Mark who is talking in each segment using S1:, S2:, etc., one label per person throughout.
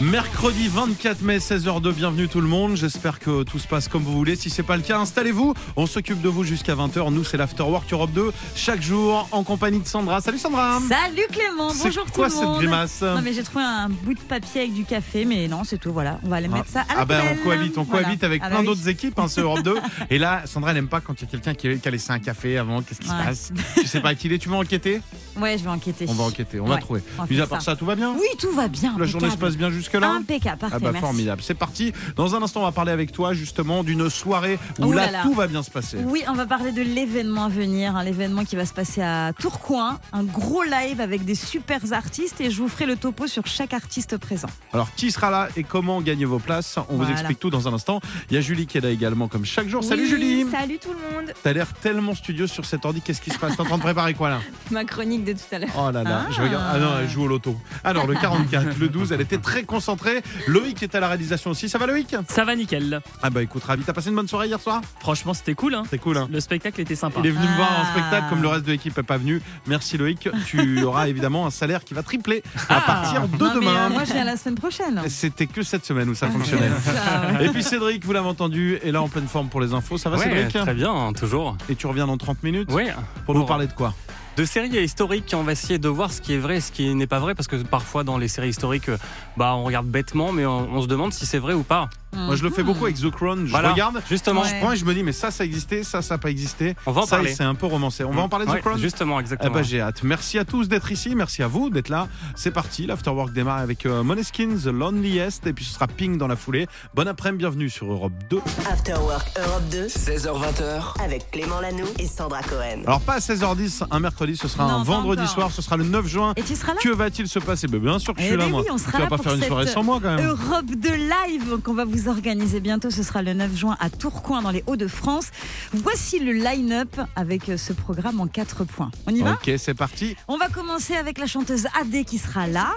S1: Mercredi 24 mai 16h02, bienvenue tout le monde. J'espère que tout se passe comme vous voulez. Si c'est pas le cas, installez-vous. On s'occupe de vous jusqu'à 20h. Nous, c'est l'Afterwork Europe 2 chaque jour en compagnie de Sandra. Salut Sandra.
S2: Salut Clément,
S1: C'est
S2: bonjour
S1: quoi
S2: tout le
S1: cette
S2: monde.
S1: grimace
S2: Non mais j'ai trouvé un bout de papier avec du café, mais non c'est tout, voilà, on va aller mettre ça à la
S1: ah ben on
S2: poubelle.
S1: cohabite, on
S2: Voilà.
S1: cohabite avec
S2: Ah bah
S1: plein
S2: oui.
S1: d'autres équipes, hein, c'est Europe 2. Et là, Sandra, elle n'aime pas quand il y a quelqu'un qui, qui a laissé un café avant. Qu'est-ce qui se
S2: Ouais.
S1: passe Tu sais pas qui il est, tu vas enquêter
S2: Ouais, je vais enquêter.
S1: On va enquêter, on va
S2: Ouais,
S1: trouver.
S2: on va
S1: Mis
S2: faire
S1: à part
S2: ça.
S1: ça, tout va bien
S2: Oui, tout va bien.
S1: La journée se
S2: impeccable.
S1: passe bien jusque-là
S2: Impeccable, parfait,
S1: Ah bah
S2: merci.
S1: formidable, c'est parti. Dans un instant, on va parler avec toi justement d'une soirée où
S2: Ouh
S1: là,
S2: Oh là là.
S1: tout va bien se passer.
S2: Oui, on va parler de l'événement à venir, hein, l'événement qui va se passer à Tourcoing, un gros live avec des super artistes et je vous ferai le topo sur chaque artiste présent.
S1: Alors qui sera là et comment gagner vos places On vous
S2: Voilà.
S1: explique tout dans un instant. Il y a Julie qui est là également comme chaque jour. Salut
S3: Oui,
S1: Julie
S3: Salut tout le monde
S1: T'as l'air tellement studieuse sur cet ordi, qu'est-ce qui se passe T'es en train de préparer quoi là
S3: Ma chronique de tout à l'heure.
S1: Oh là là,
S2: Ah.
S1: je regarde. Ah non, elle joue au loto. Alors le 44, le 12, elle était très concentrée. Loïc est à la réalisation aussi. Ça va Loïc
S4: Ça va nickel.
S1: Ah bah écoute, ravi. T'as passé une bonne soirée hier soir
S4: Franchement, c'était cool. Hein.
S1: C'est cool hein
S4: Le spectacle était sympa.
S1: il est venu me voir en
S2: Ah.
S1: spectacle, comme le reste de l'équipe n'est pas venu. Merci Loïc. Tu auras évidemment un salaire qui va tripler à partir de
S2: Ah. Non, mais,
S1: demain.
S2: euh, moi Ah, je viens la semaine prochaine.
S1: C'était que cette semaine où ça fonctionnait.
S2: Ça, ouais.
S1: Et puis Cédric, vous l'avez entendu, est là en pleine forme pour les infos. Ça va
S5: Ouais,
S1: Cédric
S5: très bien, hein, toujours.
S1: Et tu reviens dans 30 minutes
S5: Ouais.
S1: pour nous parler de quoi
S5: de séries historiques, on va essayer de voir ce qui est vrai et ce qui n'est pas vrai, parce que parfois dans les séries historiques, euh, bah on regarde bêtement, mais on, on se demande si c'est vrai ou pas.
S1: Moi je le fais beaucoup avec The Crown. Je
S5: Voilà.
S1: regarde,
S5: Justement,
S2: Mhm. Ouais.
S1: je prends et je me dis mais ça ça existait, ça ça a pas existé.
S5: on va en
S1: ça
S5: parler.
S1: c'est un peu romancé. On va en parler de
S5: Ouais,
S1: The Crown
S5: Justement, exactement.
S1: Eh ben, j'ai hâte. Merci à tous d'être ici, merci à vous d'être là. C'est parti, l'Afterwork démarre avec euh, Måneskin, The Loneliest, et puis ce sera Ping dans la foulée. Bon après-midi, bienvenue sur Europe 2.
S6: After Work Europe 2
S7: 16h20h,
S6: avec Clément Lano et Sandra Cohen.
S1: Alors pas à 16h10, un mercredi, ce sera
S2: Non,
S1: un
S2: pas
S1: vendredi
S2: encore.
S1: soir, ce sera le 9 juin.
S2: Et tu seras là
S1: Que va-t-il se passer Ben, Bien sûr que je
S2: Eh
S1: suis là,
S2: ben
S1: moi.
S2: oui, on
S1: tu
S2: sera
S1: vas
S2: là
S1: pas
S2: pour
S1: faire une
S2: cette euh,
S1: soirée sans moi quand même.
S2: Europe de live qu'on va vous organiser bientôt. Ce sera le 9 juin à Tourcoing dans les Hauts-de-France. Voici le line-up avec euh, ce programme en 4 points. On y va
S1: Ok, c'est parti.
S2: On va commencer avec la chanteuse AD qui sera là.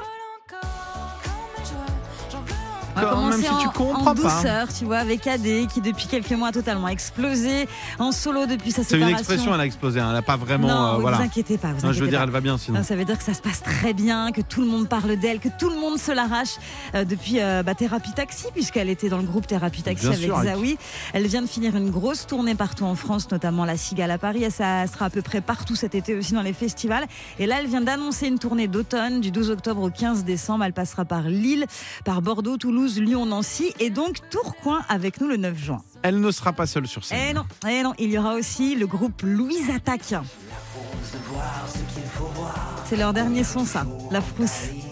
S2: On va
S1: Quand même,
S2: commencer
S1: si tu
S2: en-
S1: comprends
S2: en,
S1: pas. hein.
S2: douceur, tu vois, avec AD qui depuis quelques mois a totalement explosé en solo depuis sa
S1: C'est
S2: séparation.
S1: une expression, elle a explosé, hein, elle a pas vraiment.
S2: non,
S1: euh,
S2: vous
S1: voilà.
S2: inquiétez pas. Vous
S1: Non, je veux
S2: inquiétez
S1: dire,
S2: pas.
S1: elle va bien sinon.
S2: Non, Ah, ça veut dire que ça se passe très bien, que tout le monde parle d'elle, que tout le monde se l'arrache euh, depuis euh, bah, Thérapie Taxi, puisqu'elle était dans le groupe Thérapie Taxi
S1: Bien
S2: avec
S1: sûr, avec-
S2: Zawi. Elle vient de finir une grosse tournée partout en France, notamment la Cigale à Paris. Elle ça sera à peu près partout cet été aussi dans les festivals. Et là, elle vient d'annoncer une tournée d'automne du 12 octobre au 15 décembre. Elle passera par Lille, par Bordeaux, Toulouse, Lyon, Nancy et donc Tourcoing avec nous le 9 juin.
S1: Elle ne sera pas seule sur
S2: Eh
S1: scène.
S2: non, eh non, il y aura aussi le groupe Louise Attaque. C'est leur dernier son, ça, la frousse.
S1: Ah.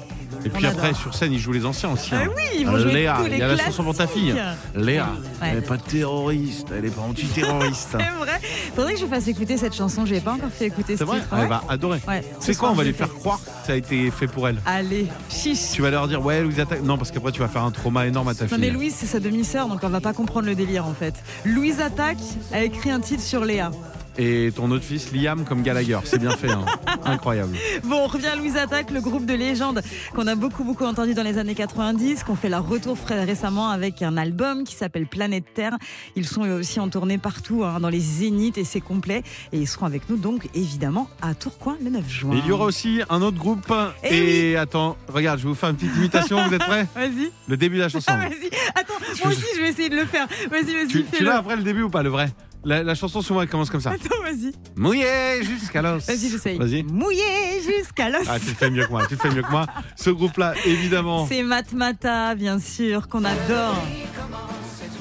S1: Et puis
S2: on
S1: après,
S2: adore. Ah
S1: sur scène, ils jouent les anciens aussi. hein.
S2: oui,
S1: Léa, il y a la chanson pour ta fille. Léa,
S2: Ouais.
S1: elle n'est pas terroriste, elle n'est pas antiterroriste.
S2: C'est vrai. Faudrait que je fasse écouter cette chanson. Je l'ai pas encore fait écouter
S1: C'est
S2: ce
S1: vrai,
S2: titre.
S1: elle
S2: Ouais.
S1: va adorer.
S2: Ouais,
S1: C'est
S2: ce
S1: quoi On
S2: soir,
S1: va
S2: je
S1: lui
S2: le
S1: faire
S2: fais.
S1: croire que ça a été fait pour elle.
S2: Allez, chiche.
S1: Tu vas leur dire, ouais, Louise attaque. Non, parce qu'après, tu vas faire un trauma énorme à ta
S2: Non mais
S1: fille.
S2: Louise c'est sa demi-sœur donc on va pas comprendre le délire en fait. Louise Attaque a écrit un titre sur Léa.
S1: Et ton autre fils, Liam, comme Gallagher. C'est bien fait, hein. incroyable.
S2: Bon, on revient à Louise Attaque, le groupe de légende qu'on a beaucoup beaucoup entendu dans les années 90, qu'on fait leur retour frais- récemment avec un album qui s'appelle Planète Terre. Ils sont eux aussi en tournée partout, hein, dans les zéniths et c'est complet. Et ils seront avec nous donc évidemment à Tourcoing le 9 juin.
S1: Et il y aura aussi un autre groupe.
S2: Eh
S1: Et, attends, regarde, je vais vous faire une petite imitation. Vous êtes prêts
S2: Vas-y,
S1: Le début de la chanson.
S2: ah, vas-y. Attends, moi aussi je vais essayer de le faire. Vas-y, vas-y,
S1: tu tu
S2: fais-le.
S1: l'as après le début ou pas, le vrai la, la chanson, souvent, elle commence comme ça.
S2: Attends, vas-y.
S1: Mouillé jusqu'à l'os.
S2: Vas-y, j'essaye.
S1: Vas-y.
S2: Mouillé jusqu'à l'os.
S1: Ah, tu le fais mieux que moi. Tu le fais mieux que moi. Ce groupe-là, évidemment.
S2: C'est Matmata, bien sûr, qu'on adore.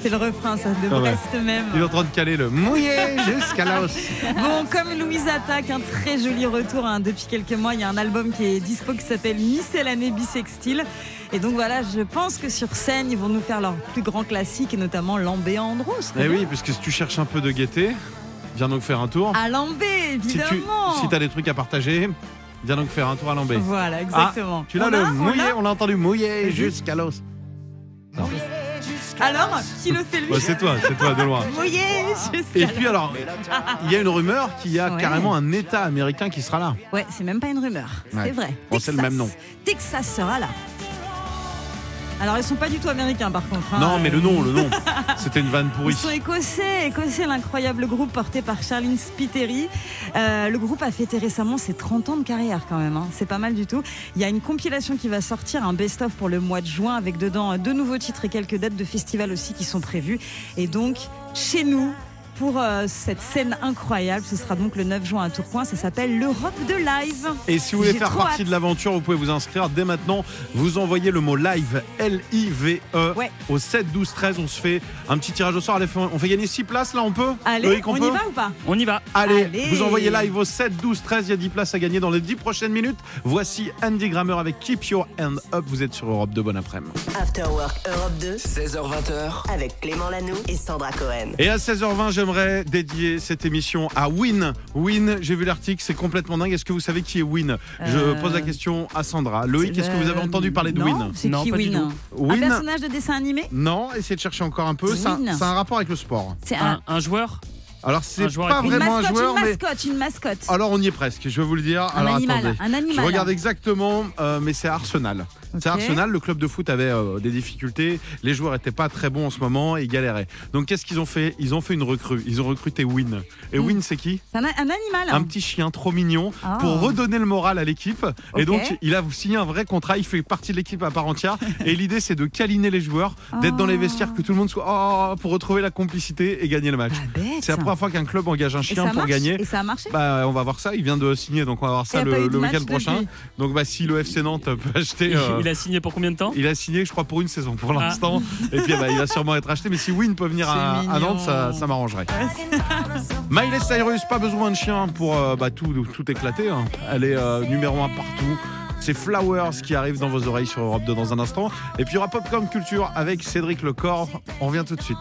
S2: C'est le refrain, ça, de
S1: Ah ouais.
S2: Brest même.
S1: Il est en train de caler le mouillé jusqu'à l'os.
S2: Bon, comme Louise attaque, un très joli retour hein. depuis quelques mois. Il y a un album qui est dispo qui s'appelle Miscellanée Bisextile. Et donc voilà, je pense que sur scène, ils vont nous faire leur plus grand classique, et notamment Lambé à Andros.
S1: Eh oui, puisque si tu cherches un peu de gaieté, viens donc faire un tour.
S2: À Lambé,
S1: si tu
S2: Ah, évidemment.
S1: si as des trucs à partager, viens donc faire un tour à l'ambé.
S2: Voilà, exactement.
S1: Ah, Tu l'as
S2: On a,
S1: le
S2: on
S1: mouillé,
S2: a
S1: on l'a entendu mouillé jusqu'à l'os.
S2: Alors, qui le fait lui
S1: Bah, c'est toi, c'est toi de loin.
S2: Mouillé
S1: Et
S2: jusqu'à l'os.
S1: puis alors, il y a une rumeur qu'il y a
S2: Ouais.
S1: carrément un État américain qui sera là.
S2: Ouais, c'est même pas une rumeur.
S1: Ouais.
S2: C'est vrai.
S1: Bon, c'est le
S2: Texas.
S1: même nom.
S2: Texas sera là. Alors, ils sont pas du tout américains, par contre. hein.
S1: Non, mais le nom, le nom. C'était une vanne
S2: Ils
S1: pourrie.
S2: sont écossais, écossais, l'incroyable groupe porté par Charline Spiteri. Euh, le groupe a fêté récemment ses 30 ans de carrière quand même, hein. c'est pas mal du tout. Il y a une compilation qui va sortir, un best-of pour le mois de juin, avec dedans euh, deux nouveaux titres et quelques dates de festivals aussi qui sont prévues. Et donc, chez nous, pour euh, cette scène incroyable, ce sera donc le 9 juin à Tourcoing, ça s'appelle l'Europe de live.
S1: Et si vous voulez
S2: J'ai
S1: faire
S2: trop
S1: partie
S2: hâte.
S1: de l'aventure, vous pouvez vous inscrire dès maintenant. Vous envoyez le mot live, L-I-V-E,
S2: Ouais.
S1: E, au 7, 12, 13. On se fait un petit tirage au sort. Allez, on fait gagner 6 places là, on peut
S2: Allez,
S1: Loïc,
S2: on, y
S1: peut
S2: va ou pas
S4: On y va.
S1: Allez,
S2: Allez.
S1: vous envoyez live au 7, 12, 13. Il y a 10 places à gagner dans les 10 prochaines minutes. Voici Andy Grammer avec Keep Your Hand Up. Vous êtes sur Europe de Bon Après-midi.
S6: After Work Europe 2
S7: 16h, 20h.
S6: avec Clément Lano et Sandra Cohen.
S1: Et à 16h20, j'aimerais dédier cette émission à Win. Win, j'ai vu l'article, c'est complètement dingue. Est-ce que vous savez qui est Win
S2: Euh,
S1: Je pose la question à Sandra. Loïc, est-ce que vous avez entendu parler de
S2: Non,
S1: Win
S2: C'est
S4: Non,
S2: qui
S4: pas du
S2: Win
S4: tout.
S2: Un
S1: Win
S2: personnage de dessin animé
S1: Non, essayez de chercher encore un peu. C'est un,
S2: Ah, Win.
S1: c'est un rapport avec le sport.
S2: C'est un,
S3: Ah.
S4: Un, un joueur
S1: Alors, c'est
S4: Un joueur
S1: pas
S4: avec-
S2: une
S1: vraiment
S2: mascotte,
S1: un joueur,
S2: une
S1: mais.
S2: mascotte, une mascotte.
S1: Alors, on y est presque, je vais vous le dire.
S2: un
S1: Alors,
S2: animal,
S1: attendez.
S2: un animal.
S1: Je regarde exactement, euh, mais c'est Arsenal. C'est
S2: Ok.
S1: Arsenal, le club de foot avait euh, des difficultés, les joueurs n'étaient pas très bons en ce moment et ils galéraient. Donc qu'est-ce qu'ils ont fait Ils ont fait une recrue, ils ont recruté Win. Et
S2: Mm.
S1: Win c'est qui
S2: C'est un, un animal.
S1: Un petit chien trop mignon
S2: Ah.
S1: pour redonner le moral à l'équipe. Et
S2: Ok.
S1: donc il a signé un vrai contrat, il fait partie de l'équipe à part entière. et l'idée c'est de câliner les joueurs, d'être dans les
S2: Ah.
S1: vestiaires, que tout le monde soit oh, pour retrouver la complicité et gagner le match.
S2: Pas Ah, bête.
S1: C'est la première fois qu'un club engage un
S2: Et
S1: chien
S2: ça
S1: pour
S2: marche
S1: gagner.
S2: Et ça a marché.
S1: Bah, on va voir ça. Il vient de signer, donc on va voir
S2: Il
S1: ça
S2: a pas eu
S1: le,
S2: de
S1: le
S2: match
S1: week-end prochain.
S2: depuis.
S1: Donc, bah, si le FC Nantes peut acheter. euh,
S4: Il a signé pour combien de temps
S1: il a signé, je crois, pour une saison pour
S4: Ah.
S1: l'instant. Et puis, bah, il va sûrement être acheté. Mais si Win peut venir à,
S4: C'est
S1: à Nantes,
S4: mignon.
S1: ça, ça m'arrangerait. Miley Cyrus, pas besoin de chien pour euh, bah, tout, tout éclater. hein. Elle est euh, numéro un partout. C'est Flowers qui arrive dans vos oreilles sur Europe 2 dans un instant. Et puis, il y aura Popcorn Culture avec Cédric Lecor. On revient tout de suite.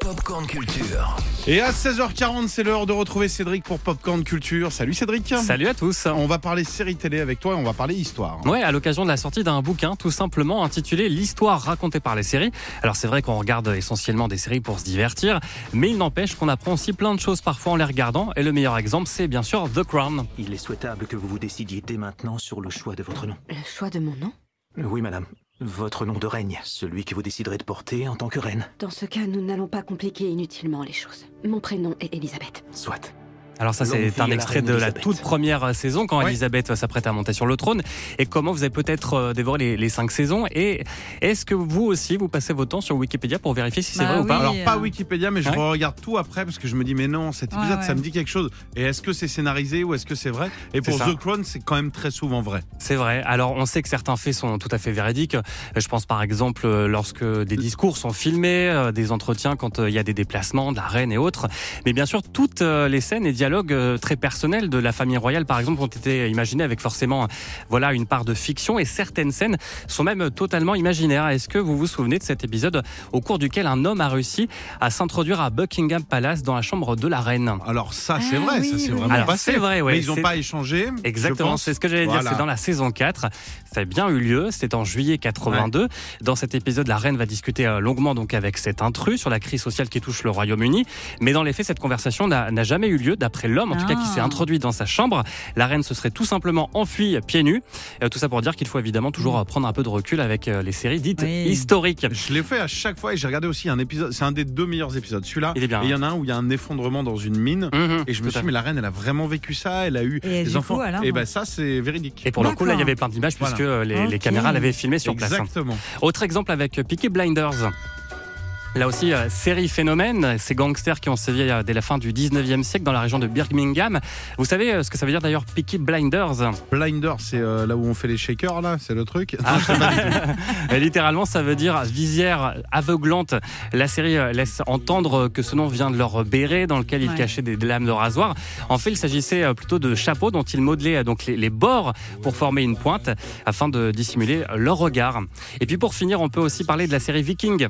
S7: Popcorn Culture.
S1: Et à 16h40, c'est l'heure de retrouver Cédric pour Popcorn Culture. Salut Cédric.
S5: Salut à tous.
S1: On va parler série télé avec toi et on va parler histoire.
S5: Ouais, à l'occasion de la sortie d'un bouquin tout simplement intitulé L'histoire racontée par les séries. Alors c'est vrai qu'on regarde essentiellement des séries pour se divertir, mais il n'empêche qu'on apprend aussi plein de choses parfois en les regardant et le meilleur exemple c'est bien sûr The Crown.
S8: Il est souhaitable que vous vous décidiez dès maintenant sur le choix de votre nom.
S9: Le choix de mon nom
S8: Oui, madame. Votre nom de règne, celui que vous déciderez de porter en tant que reine.
S9: Dans ce cas, nous n'allons pas compliquer inutilement les choses. Mon prénom est Elisabeth.
S8: Soit.
S5: Alors ça,
S8: Longue
S5: c'est
S8: vie
S5: un
S8: à la
S5: extrait
S8: reine
S5: de la
S8: Elisabeth.
S5: toute première euh, saison quand
S1: Ouais.
S5: Elisabeth euh, s'apprête à monter sur le trône. Et comment vous avez peut-être euh, dévoré les, les cinq saisons Et est-ce que vous aussi, vous passez vos temps sur Wikipédia pour vérifier si c'est
S2: Bah
S5: vrai ou
S2: oui.
S5: pas
S1: Alors,
S2: euh,
S1: pas Wikipédia, mais je
S5: ouais.
S1: regarde tout après parce que je me dis, mais non, cet
S2: Ouais,
S1: épisode, ça
S2: ouais.
S1: me dit quelque chose. Et est-ce que c'est scénarisé ou est-ce que c'est vrai Et pour
S5: ça.
S1: The Crown, c'est quand même très souvent vrai.
S5: C'est vrai. Alors on sait que certains faits sont tout à fait véridiques. Je pense par exemple euh, lorsque des discours sont filmés, euh, des entretiens quand euh, il y a des déplacements de la reine et autres. Mais bien sûr, toutes euh, les scènes et dialogues euh, très personnels de la famille royale par exemple ont été imaginés avec forcément euh, voilà une part de fiction et certaines scènes sont même totalement imaginaires. Est-ce que vous vous souvenez de cet épisode au cours duquel un homme a réussi à s'introduire à Buckingham Palace dans la chambre de la reine
S1: Alors, ça, c'est
S2: Ah
S1: vrai,
S2: oui,
S1: ça, c'est
S2: oui,
S1: vraiment
S5: Alors,
S1: passé.
S5: c'est vrai, ouais,
S1: mais ils n'ont
S5: c'est-
S1: pas échangé. je
S5: Exactement,
S1: pense.
S5: c'est ce que j'allais
S1: Voilà.
S5: dire. C'est dans la saison 4. Ça a bien eu lieu. C'était en juillet 82. Dans cet épisode, la reine va discuter euh, longuement donc avec cet intrus sur la crise sociale qui touche le Royaume-Uni. Mais dans les faits, cette conversation n'a n'a jamais eu lieu. D'après l'homme, en tout cas, qui
S2: Ah.
S5: s'est introduit dans sa chambre, la reine se serait tout simplement enfuie euh, pieds nus. Euh, tout ça pour dire qu'il faut évidemment toujours euh, prendre un peu de recul avec euh, les séries dites
S2: Mm. Oui.
S5: historiques.
S1: Je l'ai fait à chaque fois et j'ai regardé aussi un épisode. C'est un des deux meilleurs épisodes. Celui-là,
S5: Il est bien,
S1: et il y en a un où il y a un effondrement dans une mine.
S5: Mhm,
S1: Et je me
S5: tout
S1: suis
S5: à
S1: dit,
S5: fait.
S1: mais la reine, elle a vraiment vécu ça. Elle a eu
S2: Et
S1: des
S2: du
S1: enfants.
S2: coup, alors
S1: et ben ça, c'est véridique.
S5: Et pour le coup, là, il y
S2: D'accord.
S5: avait plein d'images
S1: Voilà.
S5: puisque euh, les, les
S2: Ok.
S5: caméras l'avaient filmé sur place. hein.
S1: Exactement.
S5: Autre exemple avec Peaky Blinders. Là aussi, euh, série phénomène, ces gangsters qui ont sévi euh, dès la fin du 19e siècle dans la région de Birmingham. Vous savez euh, ce que ça veut dire d'ailleurs Peaky Blinders
S1: Blinder, c'est euh, là où on fait les shakers, là, c'est le truc.
S5: Ah,
S1: Non, je-
S5: Euh, Littéralement, ça veut dire visière aveuglante. La série euh, laisse entendre euh, que ce nom vient de leur béret dans lequel ils
S2: Ouais.
S5: cachaient des lames de rasoir. En fait, il s'agissait euh, plutôt de chapeaux dont ils modelaient euh, donc les, les bords pour former une pointe afin de dissimuler euh, leur regard. Et puis pour finir, on peut aussi parler de la série Viking.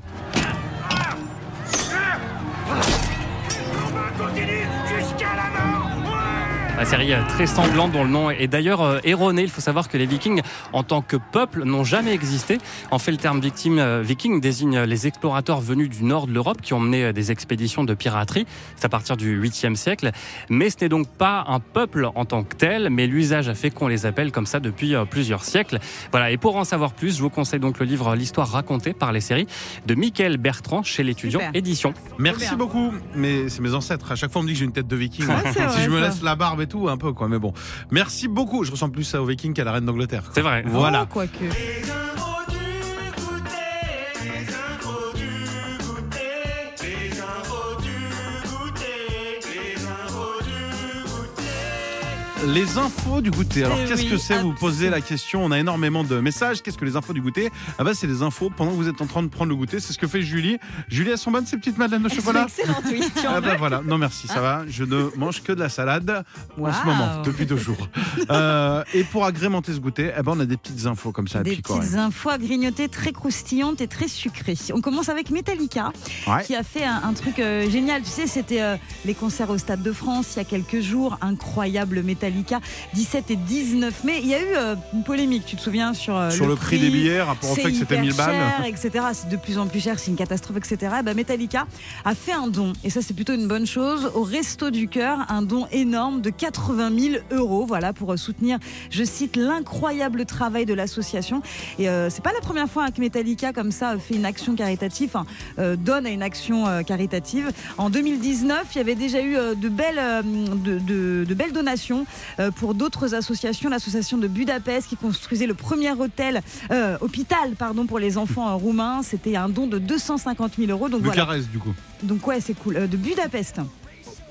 S5: La série euh, très sanglante dont le nom est d'ailleurs euh, erroné. Il faut savoir que les Vikings, en tant que peuple, n'ont jamais existé. En fait, le terme victime euh, viking désigne les explorateurs venus du nord de l'Europe qui ont mené euh, des expéditions de piraterie. C'est à partir du 8e siècle. Mais ce n'est donc pas un peuple en tant que tel, mais l'usage a fait qu'on les appelle comme ça depuis euh, plusieurs siècles. Voilà. Et pour en savoir plus, je vous conseille donc le livre L'histoire racontée par les séries de Michael Bertrand chez l'étudiant
S2: Super.
S5: Édition.
S1: Merci
S2: Super.
S1: beaucoup. Mais c'est mes ancêtres. À chaque fois, on me dit que j'ai une tête de viking.
S2: Ouais, Ah, c'est
S1: si
S2: vrai,
S1: je me
S2: ça.
S1: laisse la barbe et tout, un peu quoi. Mais bon. Merci beaucoup. Je ressemble plus à au viking qu'à la reine d'Angleterre. quoi.
S5: C'est vrai.
S1: Voilà.
S2: Oh, quoique.
S1: Les infos du goûter. Alors,
S2: Eh
S1: qu'est-ce
S2: oui,
S1: que c'est Vous posez la question. On a énormément de messages. Qu'est-ce que les infos du goûter Ah bah, c'est les infos pendant que vous êtes en train de prendre le goûter. C'est ce que fait Julie. Julie, elles sont bonnes ces petites madeleines de chocolat
S2: Excellent, oui. Tu en
S1: Ah
S2: veux
S1: bah voilà, non merci, ça va. Je ne mange que de la salade en ce
S2: Ah. Waouh.
S1: moment, depuis deux jours. Euh, et pour agrémenter ce goûter, eh ben on a des petites infos comme ça à
S2: Des
S1: picorer.
S2: petites infos à grignoter très croustillantes et très sucrées. On commence avec Metallica
S1: Ouais.
S2: qui a fait un, un truc euh, génial. Tu sais, c'était euh, les concerts au Stade de France il y a quelques jours. Incroyable Metallica. 17 et 19 mai. Il y a eu euh, une polémique, tu te souviens, sur, euh,
S1: Sur le prix des billets, rapport au
S2: c'est
S1: fait que c'était
S2: hyper
S1: 1000 balles.
S2: cher, etc. C'est de plus en plus cher, c'est une catastrophe, etc. Et ben, Metallica a fait un don, et ça c'est plutôt une bonne chose, au Resto du Cœur, un don énorme de 80 000 euros, voilà, pour euh, soutenir, je cite, l'incroyable travail de l'association. Et euh, c'est pas la première fois hein, que Metallica, comme ça, fait une action caritative, enfin, euh, donne à une action euh, caritative. En 2019, il y avait déjà eu euh, de belles, euh, de, de- de belles donations euh, pour d'autres associations. L'association de Budapest qui construisait le premier hôtel, euh, hôpital pardon, pour les enfants euh, roumains. C'était un don de 250 000 euros. Donc
S1: De
S2: voilà.
S1: Carrez, du coup.
S2: Donc ouais, c'est cool. Euh, de Budapest.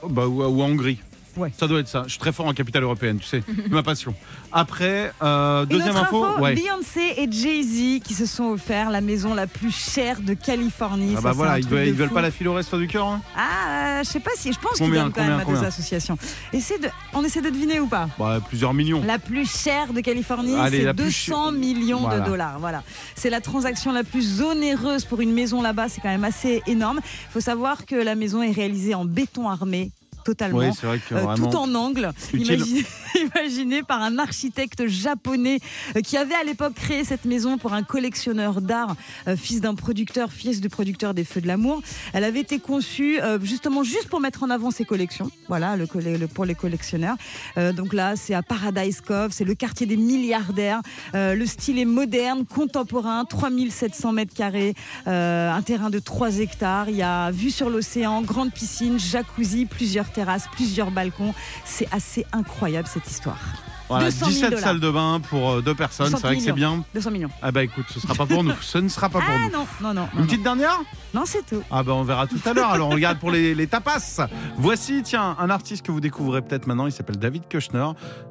S1: Bah, ou, à- ou à Hongrie.
S2: Ouais.
S1: Ça doit être ça. Je suis très fort en capitale européenne, tu sais. C'est ma passion. Après, euh, deuxième
S2: Une autre info,
S1: ouais.
S2: Beyoncé et Jay-Z qui se sont offerts la maison la plus chère de Californie.
S1: Ah
S2: Ça,
S1: bah
S2: c'est un
S1: voilà, ils
S2: truc
S1: veulent,
S2: de
S1: ils veulent
S2: fou.
S1: pas la file au resto du cœur. hein
S2: Ah, euh, je sais pas si. Je pense qu'ils
S1: Combien,
S2: donnent quand
S1: combien,
S2: même à
S1: combien
S2: des associations. Essaie de, on essaie de deviner ou pas
S1: bah, plusieurs millions.
S2: La plus chère de Californie,
S1: Allez, la
S2: c'est
S1: plus
S2: 200
S1: chère.
S2: millions
S1: Voilà.
S2: de dollars. Voilà. C'est la transaction la plus onéreuse pour une maison là-bas. C'est quand même assez énorme. Il faut savoir que la maison est réalisée en béton armé. Totalement,
S1: Oui, c'est vrai que
S2: euh,
S1: vraiment.
S2: tout en angle,
S1: Utile.
S2: imaginé, imaginé par un architecte japonais euh, qui avait à l'époque créé cette maison pour un collectionneur d'art, euh, fils d'un producteur, fils du producteur des Feux de l'amour. Elle avait été conçue euh, justement juste pour mettre en avant ses collections, voilà, le, colle- le- pour les collectionneurs. Euh, donc là, c'est à Paradise Cove, c'est le quartier des milliardaires. Euh, le style est moderne, contemporain, 3700 mètres carrés, euh, un terrain de 3 hectares. Il y a vue sur l'océan, grande piscine, jacuzzi, plusieurs terrasses, plusieurs balcons. C'est assez incroyable cette histoire.
S1: Voilà,
S2: 200 000
S1: 17 salles de bain pour euh, deux personnes, c'est
S2: 60
S1: vrai que c'est bien.
S2: 200 millions.
S1: Ah bah écoute, ce sera pas pour nous. Ce ne sera pas pour
S2: Ah
S1: nous.
S2: non, non, non. non,
S1: Une
S2: non.
S1: petite dernière
S2: Non, c'est tout.
S1: Ah bah on verra tout à l'heure. Alors on regarde pour les, les tapas. Voici tiens un artiste que vous découvrez peut-être maintenant. Il s'appelle David Kushner.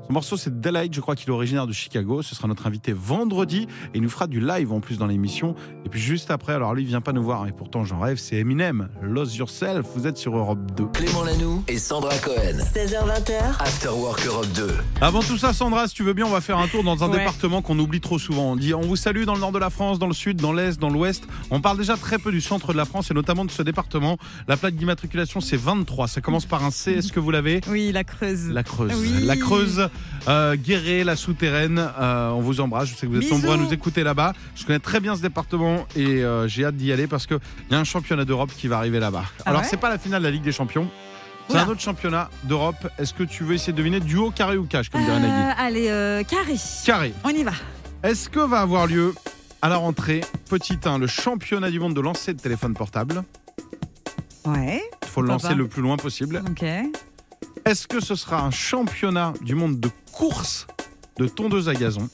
S1: Son morceau c'est Delight. Je crois qu'il est originaire de Chicago. Ce sera notre invité vendredi et il nous fera du live en plus dans l'émission. Et puis juste après, alors lui il vient pas nous voir, mais pourtant j'en rêve. C'est Eminem. Lose Yourself. Vous êtes sur Europe 2.
S7: Clément Lanoux et Sandra Cohen.
S6: 16h20h,
S7: After Work Europe 2.
S1: Avant tout ça, Sandra, si tu veux bien, on va faire un tour dans un
S3: Ouais.
S1: département qu'on oublie trop souvent. On dit on vous salue dans le nord de la France, dans le sud, dans l'est, dans l'ouest. On parle déjà très peu du centre de la France et notamment de ce département. La plaque d'immatriculation, c'est 23. Ça commence par un C. Est-ce que vous l'avez
S2: Oui, la Creuse.
S1: La Creuse.
S2: Oui.
S1: La Creuse, euh, Guéret, la Souterraine. euh, on vous embrasse. Je sais que vous êtes
S2: Bisous.
S1: nombreux à nous écouter là-bas. Je connais très bien ce département et euh, j'ai hâte d'y aller parce qu'il y a un championnat d'Europe qui va arriver là-bas.
S2: Ah
S1: Alors,
S2: ouais
S1: c'est pas la finale de la Ligue des Champions. C'est
S2: Oula.
S1: un autre championnat d'Europe. Est-ce que tu veux essayer de deviner duo, carré ou cash, comme dirait Nagui
S2: Euh, allez, euh, carré.
S1: Carré.
S2: On y va.
S1: Est-ce que va avoir lieu à la rentrée, petit 1, le championnat du monde de lancer de téléphone portable
S2: Ouais,
S1: Il faut le
S2: Pourquoi
S1: lancer
S2: pas
S1: le plus loin possible.
S2: ok.
S1: Est-ce que ce sera un championnat du monde de course de tondeuse à gazon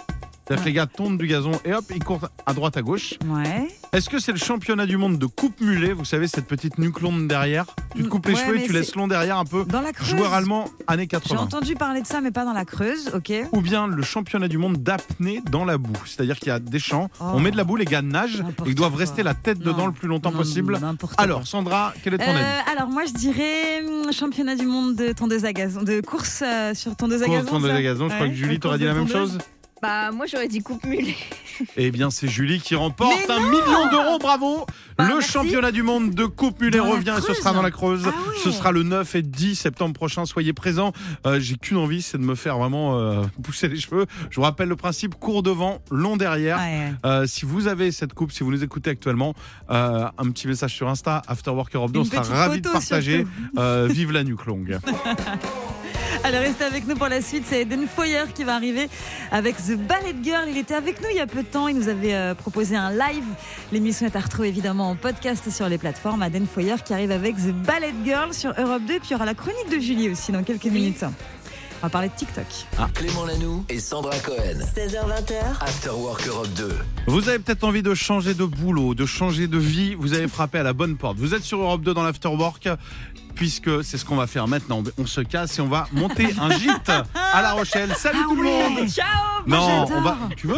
S1: C'est-à-dire que les gars tondent du gazon et hop, ils courent à droite à gauche.
S2: Ouais.
S1: Est-ce que c'est le championnat du monde de coupe mulet Vous savez, cette petite nuque longue derrière. Tu te coupes les
S2: Ouais,
S1: cheveux et
S2: mais
S1: tu laisses long derrière un peu.
S2: Dans la Creuse.
S1: Joueur allemand, années
S2: J'ai
S1: 80.
S2: entendu parler de ça, mais pas dans la Creuse, ok.
S1: Ou bien le championnat du monde d'apnée dans la boue. C'est-à-dire qu'il y a des champs,
S2: Oh.
S1: on met de la boue, les gars nagent et
S2: N'importe
S1: ils doivent
S2: quoi.
S1: rester la tête dedans
S2: Non.
S1: le plus longtemps
S2: Non,
S1: possible.
S2: n'importe quoi.
S1: Alors, Sandra, quel est ton avis
S2: Euh, alors moi je dirais hum, championnat du monde de tondeuse à gazon, de course euh, sur tondeuse à
S1: Course
S2: gazon.
S1: tondeuse
S2: ça
S1: à gazon, je crois
S2: Ouais,
S1: que Julie
S2: la
S1: t'aurait
S2: course
S1: dit la
S2: de
S1: même
S2: tondeuse.
S1: chose.
S3: Bah, moi j'aurais dit coupe mulet.
S1: Eh bien, c'est Julie qui remporte
S2: Mais
S1: un million d'euros, bravo
S2: Bah,
S1: Le
S2: merci.
S1: championnat du monde de Coupe Mulet
S2: Dans la
S1: revient et ce
S2: Creuse.
S1: sera dans la Creuse.
S2: Ah
S1: Ce
S2: ouais.
S1: sera le 9 et 10 septembre prochain, soyez présents. Euh, J'ai qu'une envie, c'est de me faire vraiment euh, pousser les cheveux. Je vous rappelle le principe, court devant, long derrière.
S2: Ouais.
S1: Euh, si vous avez cette coupe, si vous nous écoutez actuellement, euh, un petit message sur Insta, After Work Europe 2, on
S2: Une
S1: sera
S2: petite
S1: ravis de
S2: photo,
S1: partager. Euh, vive la nuque longue.
S2: Alors restez avec nous pour la suite, c'est Eden Foyer qui va arriver avec The Ballet Girl. Il était avec nous il y a peu de temps, il nous avait euh, proposé un live. L'émission est à retrouver évidemment en podcast sur les plateformes. Eden Foyer qui arrive avec The Ballet Girl sur Europe 2, puis il y aura la chronique de Julie aussi dans quelques minutes. On va parler de TikTok.
S7: Clément Lanoux et Sandra Cohen.
S6: 16h20h,
S7: After Work Europe 2.
S1: Vous avez peut-être envie de changer de boulot, de changer de vie. Vous avez frappé à la bonne porte. Vous êtes sur Europe 2 dans l'Afterwork, puisque c'est ce qu'on va faire maintenant. On se casse et on va monter un gîte à La Rochelle. Salut
S2: Ah
S1: tout le monde
S2: Ciao
S1: Non,
S2: Oh, j'adore. Ah
S1: on va. Tu veux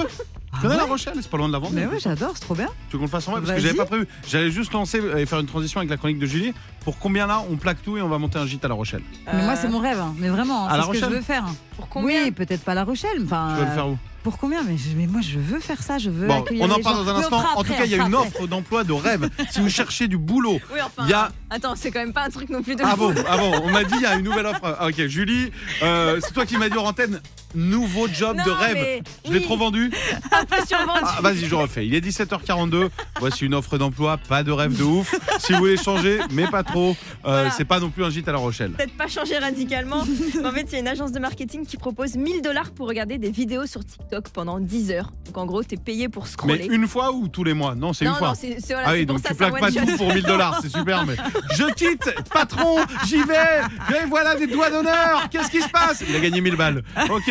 S1: T'en as La Rochelle, c'est pas loin de la vente.
S2: Mais ouais j'adore, c'est trop bien.
S3: Euh,
S1: Tu veux qu'on le fasse en vrai Parce que
S2: Vas-y.
S1: j'avais pas prévu. J'allais juste lancer et faire une transition avec la chronique de Julie. Pour combien là, on plaque tout et on va monter un gîte à La Rochelle
S2: Mais moi c'est mon rêve, hein. mais vraiment,
S1: à
S2: hein,
S1: La
S2: c'est ce que je
S1: Rochelle
S2: veux faire.
S3: Pour combien
S2: oui, peut-être pas La Rochelle. Enfin,
S1: Tu vas le faire où
S2: euh, Pour combien mais, je- mais moi je veux faire ça, je
S3: Euh,
S2: veux
S1: Bon,
S2: accueillir
S1: on en
S2: les gens.
S1: parle dans un
S2: Mais on
S1: instant.
S2: fera
S1: En tout
S2: après,
S1: cas, il y a
S2: on
S1: une
S2: fera
S1: offre d'emploi de rêve. Si vous cherchez du boulot,
S3: Oui, enfin.
S1: il y a
S3: Attends, c'est quand même pas un truc non plus de.
S1: Ah
S3: fou.
S1: bon, ah bon, on m'a dit il y a une nouvelle offre. Ah, ok, Julie, euh, c'est toi qui m'as dit en antenne, nouveau job
S3: Non,
S1: de rêve.
S3: mais
S1: Je l'ai
S3: oui.
S1: trop vendu
S3: Pas survendu.
S1: Ah, Vas-y, je refais. Il est 17h42. Voici une offre d'emploi. Pas de rêve de ouf. Si vous voulez changer, mais pas trop. Euh,
S3: Voilà.
S1: C'est pas non plus un gîte à La Rochelle.
S3: Peut-être pas changer radicalement. mais en fait, il y a une agence de marketing qui propose 1000 dollars pour regarder des vidéos sur TikTok pendant 10 heures. Donc en gros, t'es payé pour
S1: Mais
S3: scroller.
S1: une fois ou tous les mois Non, c'est
S3: non,
S1: une fois.
S3: non, c'est c'est- voilà,
S1: ah
S3: c'est
S1: oui,
S3: pour
S1: donc
S3: ça,
S1: tu
S3: c'est un
S1: plaques pas
S3: one shot.
S1: tout pour 1000 dollars, c'est super, mais je quitte, patron, j'y vais, et voilà des doigts d'honneur, qu'est-ce qui se passe Il a gagné 1000 balles. Ok,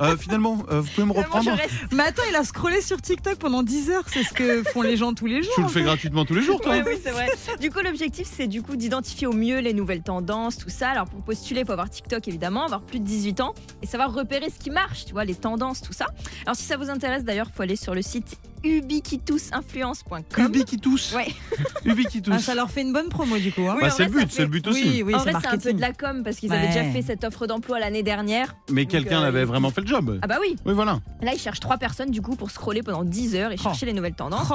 S1: euh, finalement, euh, vous pouvez me
S3: Vraiment, je
S1: reprendre
S3: reste.
S2: Mais attends, il a scrollé sur TikTok pendant 10 heures, c'est ce que font les gens tous les jours.
S1: Tu le fais gratuitement tous les jours, toi hein
S3: Ouais, oui, c'est vrai. Du coup, l'objectif, c'est du coup d'identifier au mieux les nouvelles tendances, tout ça. Alors, pour postuler, il faut avoir TikTok, évidemment, avoir plus de 18 ans et savoir repérer ce qui marche, tu vois, les tendances, tout ça. Alors, si ça vous intéresse, d'ailleurs, faut aller sur le site ubiquitousinfluence.com.
S1: Ubi qui tousse.
S3: Ouais.
S1: Ubi qui tousse.
S2: Ah, ça leur fait une bonne promo du coup. hein.
S3: Oui,
S1: Bah,
S3: en
S1: c'est le
S3: vrai, ça
S1: but,
S3: fait-
S1: c'est le but aussi.
S2: Oui, oui,
S3: en
S2: c'est
S3: vrai, c'est un peu
S2: marketing.
S3: de la com parce qu'ils avaient
S2: Ouais.
S3: déjà fait cette offre d'emploi l'année dernière.
S1: Mais
S3: Donc,
S1: quelqu'un
S3: euh,
S1: avait vraiment fait le job.
S3: Ah bah oui,
S1: Oui, voilà.
S3: là ils cherchent trois personnes du coup pour scroller pendant 10 heures et
S2: Oh.
S3: chercher les nouvelles tendances.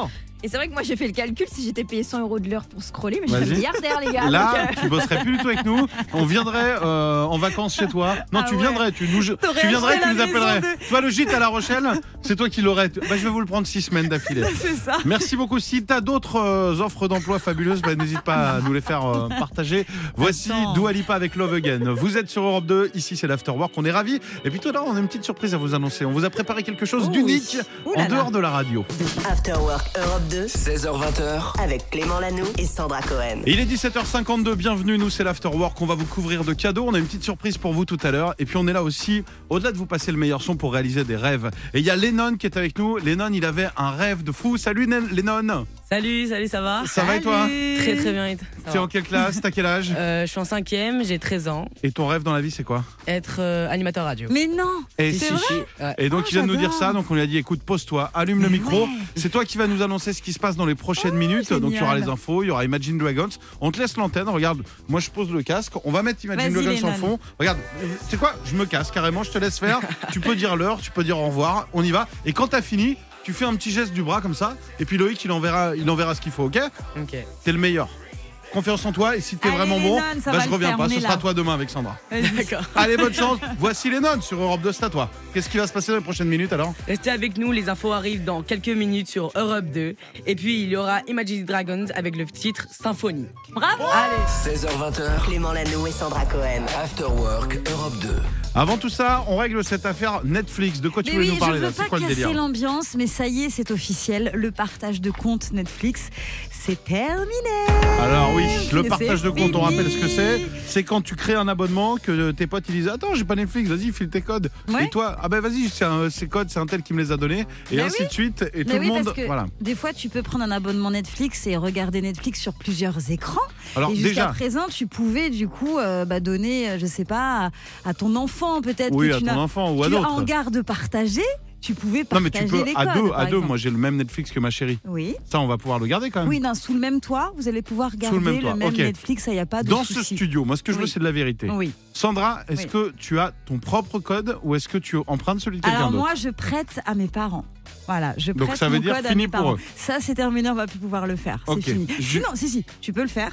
S3: Et c'est vrai que moi j'ai fait le calcul, si j'étais payé 100 euros de l'heure pour scroller, mais je
S1: Vas-y.
S3: serais milliardaire les gars.
S1: Là,
S3: donc, euh,
S1: tu bosserais plus du tout avec nous. On viendrait euh, en vacances chez toi. Non,
S3: Ah
S1: tu
S3: ouais.
S1: viendrais, tu nous,
S2: T'aurais
S1: tu viendrais,
S2: acheté
S1: tu nous
S2: la maison
S1: appellerais.
S2: de-
S1: Tu vois le gîte à La Rochelle, c'est toi qui l'aurais. Tu- Bah, je vais vous le prendre six semaines d'affilée.
S2: C'est ça.
S1: Merci beaucoup. Si t'as d'autres euh, offres d'emploi fabuleuses, bah, n'hésite pas à nous les faire euh, partager. Voici
S2: Attends.
S1: Dua Lipa avec Love Again. Vous êtes sur Europe 2, ici c'est l'Afterwork, on est ravis. Et puis tout à l'heure, on a une petite surprise à vous annoncer. On vous a préparé quelque chose
S2: Oh oui.
S1: d'unique
S2: Ouh là
S1: en
S2: là.
S1: dehors de la radio.
S6: After Work Europe 2
S7: 16h20h.
S6: avec Clément Lanoux et Sandra Cohen.
S1: Et Il est 17h52, bienvenue, nous c'est l'Afterwork, on va vous couvrir de cadeaux, on a une petite surprise pour vous tout à l'heure, et puis on est là aussi, au-delà de vous passer le meilleur son pour réaliser des rêves. Et il y a Lennon qui est avec nous, Lennon il avait un rêve de fou, salut Nen- Lennon,
S10: Salut, salut, ça va
S1: ça va et toi
S10: Très très bien. et toi Ça
S1: T'es
S10: va
S1: en quelle classe, t'as quel âge
S10: Euh, je suis en cinquième, j'ai 13 ans.
S1: Et ton rêve dans la vie c'est quoi
S10: Être euh, animateur radio.
S2: Mais non
S1: Et
S10: Si,
S1: si,
S10: si,
S1: si.
S10: si, ouais.
S1: Et donc
S2: Ah,
S1: il vient de nous dire
S2: j'adore.
S1: ça, donc on lui a dit écoute pose-toi, allume le micro, c'est toi qui vas nous annoncer ce qui se passe dans les prochaines minutes, donc il y aura
S2: Oh, génial.
S1: les infos, il y aura Imagine Dragons, on te laisse l'antenne, regarde, moi je pose le casque, on va mettre Imagine
S2: Vas-y,
S1: Dragons en
S2: Lennon.
S1: fond, regarde, c'est quoi, je me casse carrément, je te laisse faire, tu peux dire l'heure, tu peux dire au revoir, on y va, et quand t'as fini, tu fais un petit geste du bras comme ça, et puis Loïc il enverra, il enverra ce qu'il faut, ok
S10: Ok.
S1: T'es le meilleur. Confiance en toi, et si t'es
S2: Allez,
S1: vraiment bon,
S2: Lennon, ça
S1: bah,
S2: va
S1: je
S2: le
S1: reviens
S2: faire,
S1: pas,
S2: on
S1: ce
S2: est
S1: sera
S2: là. Euh,
S1: toi demain avec Sandra.
S10: D'accord.
S1: Allez, bonne chance. Voici les nonnes sur Europe 2 c'est à toi. Qu'est-ce qui va se passer dans les prochaines minutes alors
S10: Restez avec nous, les infos arrivent dans quelques minutes sur Europe 2. Et puis il y aura Imagine Dragons avec le titre Symphonie.
S2: Bravo
S7: 16h20h.
S6: Clément Lanoux et Sandra Cohen.
S7: After Work Europe 2.
S1: Avant tout ça, on règle cette affaire Netflix. De quoi tu
S2: Mais
S1: voulais
S2: oui,
S1: nous
S2: je
S1: parler
S2: veux
S1: là C'est
S2: pas
S1: quoi le
S2: casser
S1: délire
S2: l'ambiance, mais ça y est, c'est officiel. Le partage de comptes Netflix, c'est terminé.
S1: Alors oui, le
S2: C'est
S1: partage de compte, on
S2: fini.
S1: rappelle ce que c'est. C'est quand tu crées un abonnement que tes potes ils disent Attends, j'ai pas Netflix, vas-y, file tes codes.
S2: Ouais.
S1: Et toi, ah ben vas-y, c'est un- ces codes, c'est un tel qui me les a donnés. Et
S2: Bah
S1: ainsi
S2: oui.
S1: de suite. Et
S2: Mais
S1: tout
S2: oui,
S1: le monde.
S2: parce que
S1: Voilà.
S2: des fois, tu peux prendre un abonnement Netflix et regarder Netflix sur plusieurs écrans.
S1: Alors
S2: et jusqu'à
S1: déjà.
S2: présent, tu pouvais du coup euh, bah, donner, euh, je sais pas, à, à ton enfant peut-être
S1: Oui,
S2: que
S1: à
S2: tu
S1: ton
S2: n'as
S1: enfant ou à
S2: tu as en
S1: d'autres.
S2: garde partagée Tu pouvais
S1: Non, mais
S2: partager
S1: tu peux,
S2: les
S1: à
S2: codes,
S1: deux,
S2: par
S1: à deux
S2: exemple.
S1: moi j'ai le même Netflix que ma chérie.
S2: Oui.
S1: Ça, on va pouvoir le garder quand même.
S2: Oui, non, sous le même toit, vous allez pouvoir
S1: le
S2: garder
S1: même toit, ok.
S2: Netflix, ça y a pas de
S1: Dans ce
S2: souci.
S1: studio, moi ce que je veux,
S2: Oui.
S1: c'est de la vérité.
S2: Oui.
S1: Sandra, est-ce
S2: Oui.
S1: que tu as ton propre code ou est-ce que tu empruntes celui de quelqu'un
S2: Alors
S1: d'autre
S2: moi, je prête à mes parents. Voilà, je
S1: Donc
S2: prête
S1: ça veut
S2: mon
S1: dire
S2: code à
S1: fini
S2: mes
S1: pour
S2: parents.
S1: eux.
S2: Ça, c'est terminé, on va plus pouvoir le faire.
S1: Ok.
S2: C'est fini.
S1: Ju-
S2: Non, si, si, tu peux le faire.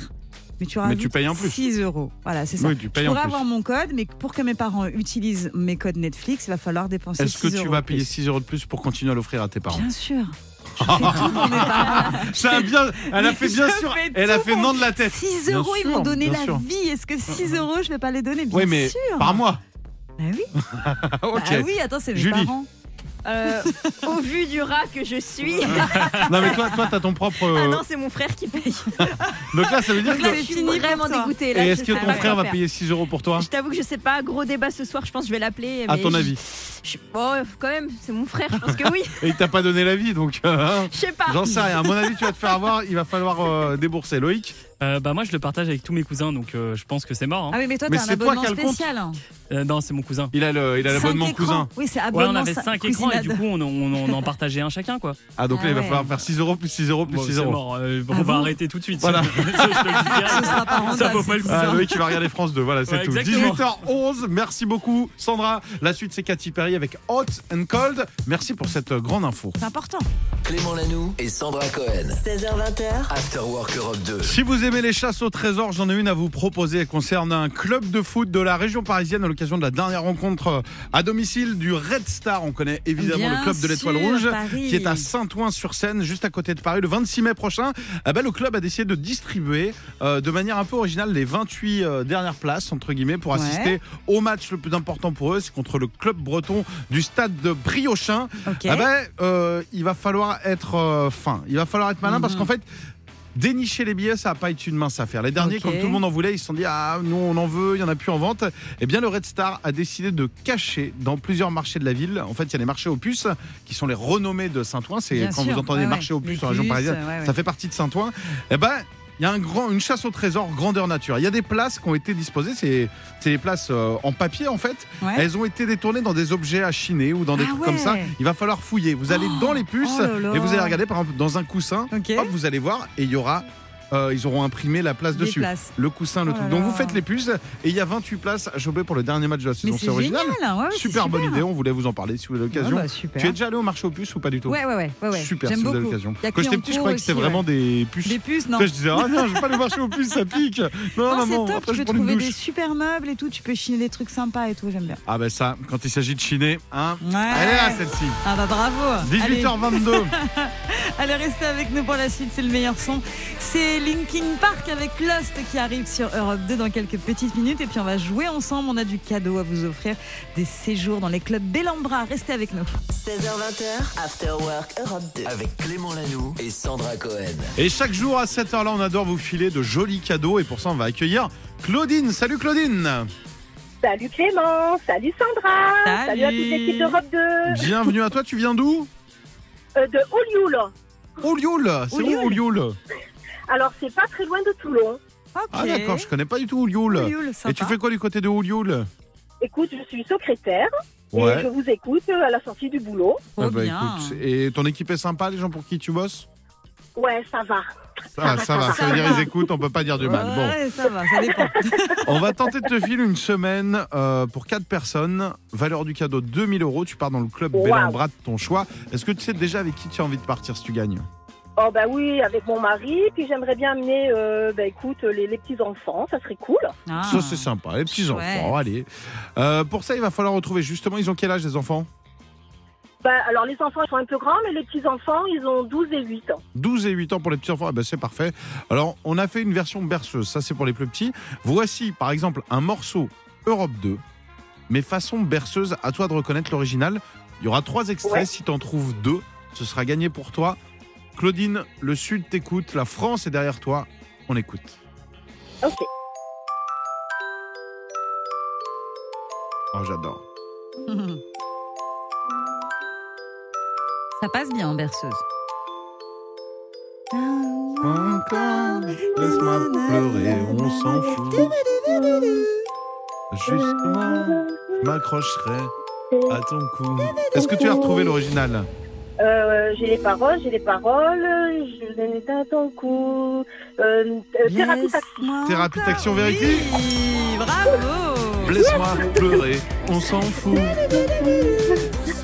S2: Mais tu,
S1: Mais tu
S2: rajoutes
S1: payes en plus.
S2: 6 euros. Voilà, c'est ça.
S1: Oui, tu payes
S2: je
S1: en
S2: pourrais
S1: plus.
S2: avoir mon code, mais pour que mes parents utilisent mes codes Netflix, il va falloir dépenser 6
S1: Est-ce que tu
S2: euros
S1: vas
S2: de plus.
S1: payer 6 euros de plus pour continuer à l'offrir à tes parents
S2: Bien sûr. Je fais tout pour mes parents.
S1: Ça a bien, elle a fait bien
S2: Je
S1: sûr,
S2: fais tout
S1: elle a fait
S2: pour-
S1: non de la tête.
S2: 6
S1: Bien
S2: euros, ils
S1: sûr,
S2: m'ont donné
S1: bien
S2: la
S1: sûr.
S2: vie. Est-ce que 6 euros, je vais pas les donner Bien
S1: Oui, mais
S2: sûr.
S1: par mois.
S2: Bah oui.
S1: ok.
S2: Bah oui, attends, c'est mes
S1: Julie.
S2: parents.
S3: Euh, au vu du rat que je suis.
S1: Non mais toi, toi, t'as ton propre.
S3: Ah non, c'est mon frère qui paye.
S1: Donc là, ça veut dire
S3: Donc là,
S1: que.
S3: je
S2: c'est
S3: suis
S2: fini pour
S3: vraiment
S2: toi.
S3: dégoûtée.
S1: Et
S3: Là,
S1: est-ce
S3: je
S1: que
S3: sais
S1: ton
S3: pas
S1: frère va
S3: quoi faire.
S1: payer 6 euros pour toi
S3: Je t'avoue que je sais pas. Gros débat ce soir. Je pense que je vais l'appeler.
S1: À
S3: mais
S1: ton
S3: je-
S1: avis
S3: je- Oh, quand même, c'est mon frère. Je pense que oui.
S1: Et il t'a pas donné l'avis, donc. euh, hein.
S3: Je sais pas.
S1: J'en sais rien. À mon avis, tu vas te faire avoir. Il va falloir euh, débourser, Loïc.
S4: Euh, bah moi je le partage avec tous mes cousins donc euh, je pense que c'est mort.
S2: Ah
S4: hein.
S2: oui, mais toi,
S1: Mais
S2: t'as un
S1: c'est toi
S2: abonnement
S1: qui as le compte.
S2: spécial. hein.
S4: Euh, non c'est mon cousin.
S1: Il a le, il a
S2: Cinq
S1: l'abonnement
S2: écrans.
S1: cousin.
S2: Oui, c'est
S4: Ouais,
S2: abonnement.
S4: on avait
S2: ça-
S4: 5 écrans et
S2: cousinade.
S4: du coup on, on- on en partageait un chacun quoi.
S1: Ah donc là,
S2: Ah
S1: il va
S2: ouais.
S1: falloir faire 6 euros plus 6 euros plus
S4: Bon,
S1: 6
S4: c'est
S1: euros.
S4: mort, euh,
S2: Ah
S4: on va
S2: bon
S4: arrêter tout de suite.
S1: Voilà.
S4: Ça, je te le dis direct.
S2: Ce sera pas
S4: Ça
S2: rentable,
S4: vaut pas le
S2: c'est
S4: coup.
S2: ça.
S1: Ah, Loïc qui va regarder France 2, voilà, c'est
S4: Ouais,
S1: tout.
S4: exactement.
S1: 18h11, merci beaucoup Sandra. La suite c'est Katy Perry avec Hot and Cold. Merci pour cette euh, grande info.
S2: C'est important.
S7: Clément Lanoux et Sandra Cohen.
S6: 16h20h,
S7: After Work Europe 2.
S1: Si vous aimez les chasses au trésor, j'en ai une à vous proposer. Elle concerne un club de foot de la région parisienne à l'occasion de la dernière rencontre euh, à domicile du Red Star. On connaît évidemment
S2: Bien
S1: le club de l'Étoile
S2: sûr,
S1: Rouge
S2: Paris.
S1: qui est à Saint-Ouen-sur-Seine, juste à côté de Paris, le 26 mai prochain. Eh ben, le club a décidé de distribuer euh, de manière un peu originale les 28 euh, dernières places, entre guillemets, pour
S2: Ouais.
S1: assister au match le plus important pour eux. C'est contre le club breton du stade de Briochin.
S2: Ok.
S1: Ah ben, euh, il va falloir être euh, fin. Il va falloir être malin parce
S2: Mhm.
S1: qu'en fait, dénicher les billets, ça n'a pas été une mince affaire. Les derniers,
S2: Ok.
S1: comme tout le monde en voulait, ils se sont dit Ah, nous, on en veut, il n'y en a plus en vente. Eh bien, le Red Star a décidé de cacher dans plusieurs marchés de la ville. En fait, il y a les marchés aux puces qui sont les renommés de Saint-Ouen. C'est
S2: Bien
S1: quand
S2: sûr,
S1: vous entendez
S2: ouais,
S1: marché aux
S2: ouais.
S1: puces
S2: Les
S1: en région
S2: puces, euh,
S1: parisienne,
S2: ouais, ouais.
S1: ça fait partie de Saint-Ouen. Eh ben, il y a un grand, une chasse au trésor grandeur nature. Il y a des places qui ont été disposées, c'est c'est les places euh, en papier en fait.
S2: Ouais.
S1: Elles ont été détournées dans des objets à chiner ou dans des
S2: Ah
S1: trucs comme
S2: ouais.
S1: ça. Il va falloir fouiller. Vous allez dans les puces
S2: oh là là.
S1: et vous allez regarder par exemple dans un coussin.
S2: Ok.
S1: Hop, vous allez voir et il y aura, euh, ils auront imprimé la place
S2: Des
S1: dessus.
S2: places.
S1: Le coussin, le
S2: Oh
S1: truc.
S2: là
S1: Donc
S2: là.
S1: vous faites les puces et il y a 28 places à choper pour le dernier match de la
S2: Mais
S1: saison.
S2: c'est
S1: C'est original.
S2: génial. hein, ouais, ouais, c'est
S1: super, bonne idée. On voulait vous en parler si vous avez l'occasion.
S2: Ouais, bah, super.
S1: Tu es déjà allé au marché aux puces ou pas du tout
S2: Ouais, ouais, ouais, ouais, ouais.
S1: Super,
S2: J'aime
S1: si vous avez
S2: beaucoup.
S1: l'occasion.
S2: Il y a
S1: Quand j'étais
S2: Clignancourt
S1: petit, je croyais que c'était
S2: aussi,
S1: vraiment
S2: ouais.
S1: des puces.
S2: des puces, non.
S1: Après, je disais, ah non, je vais pas aller marcher aux puces, ça pique. Non,
S2: Non,
S1: maman,
S2: c'est top,
S1: après,
S2: tu
S1: je
S2: peux
S1: prends une
S2: trouver des
S1: douche.
S2: super meubles et tout, tu peux chiner des trucs sympas et tout, j'aime bien.
S1: Ah, ben ça, quand il s'agit de chiner, hein.
S2: Ouais.
S1: Elle est là, celle-ci.
S2: Ah bah bravo
S1: 18h22.
S2: allez, allez, restez avec nous pour la suite, c'est le meilleur son. C'est Linkin Park avec Lost qui arrive sur Europe 2 dans quelques petites minutes et puis on va jouer ensemble, on a du cadeau à vous offrir, des séjours dans les clubs Bellambra, restez avec nous.
S6: 16h20h, After Work Europe 2.
S7: Avec Clément Lanoux et Sandra Cohen.
S1: Et chaque jour à cette heure-là, on adore vous filer de jolis cadeaux. Et pour ça, on va accueillir Claudine. Salut Claudine.
S11: Salut Clément, salut Sandra,
S2: Salut.
S11: à toute l'équipe d'Europe 2,
S1: Bienvenue à toi. Tu viens d'où
S11: euh, de Olioul.
S1: Oulioul. C'est où Oulioul
S11: Alors c'est pas très loin de Toulon.
S2: Ok.
S1: Ah, d'accord, je connais pas du tout Oulioul.
S2: Cool,
S1: Et tu
S2: sympa.
S1: fais quoi du côté de Oulioul
S11: Écoute, je suis secrétaire et je vous écoute à la sortie du boulot.
S2: Trop
S1: Ah bah,
S2: Oh, bien.
S1: écoute, et ton équipe est sympa, les gens pour qui tu bosses
S11: Ouais, ça va.
S1: ça, ça va, ça veut dire ils écoutent, on peut pas dire du mal. Bon,
S2: Ouais, ça va, ça dépend.
S1: on va tenter de te filer une semaine euh, pour 4 personnes. Valeur du cadeau 2000 euros. Tu pars dans le club
S11: Wow.
S1: Bellambra de ton choix. Est-ce que tu sais déjà avec qui tu as envie de partir si tu gagnes
S11: Oh bah oui, avec mon mari, puis j'aimerais bien amener, euh, bah écoute, les, les petits enfants, ça serait cool.
S2: Ah.
S1: Ça, c'est sympa. Les petits enfants,
S2: Chouette.
S1: allez. Euh, pour ça, il va falloir retrouver justement. Ils ont quel âge, les enfants
S11: Bah alors les enfants ils sont un peu grands, mais les petits enfants ils ont 12 et 8 ans.
S1: 12 et 8 ans pour les petits enfants. Ah ben, c'est parfait. Alors, on a fait une version berceuse. Ça, c'est pour les plus petits. Voici, par exemple, un morceau Europe 2, mais façon berceuse. À toi de reconnaître l'original. Il y aura trois extraits.
S11: Ouais.
S1: Si t'en trouves deux, ce sera gagné pour toi. Claudine, le Sud t'écoute. La France est derrière toi. On écoute.
S11: Ok.
S1: Oh, j'adore.
S2: Ça passe bien en berceuse.
S11: Euh,
S1: Encore, laisse-moi pleurer, on s'en fout. Justement, je m'accrocherai
S11: cou.
S1: À ton cou. Est-ce que tu as retrouvé l'original
S11: Euh, j'ai les paroles, j'ai les paroles, je les mets à ton cou. Euh, euh, thérapie taxi.
S1: Thérapie d'action vérité
S2: Bravo
S1: Blesse-moi, pleurer, on s'en fout.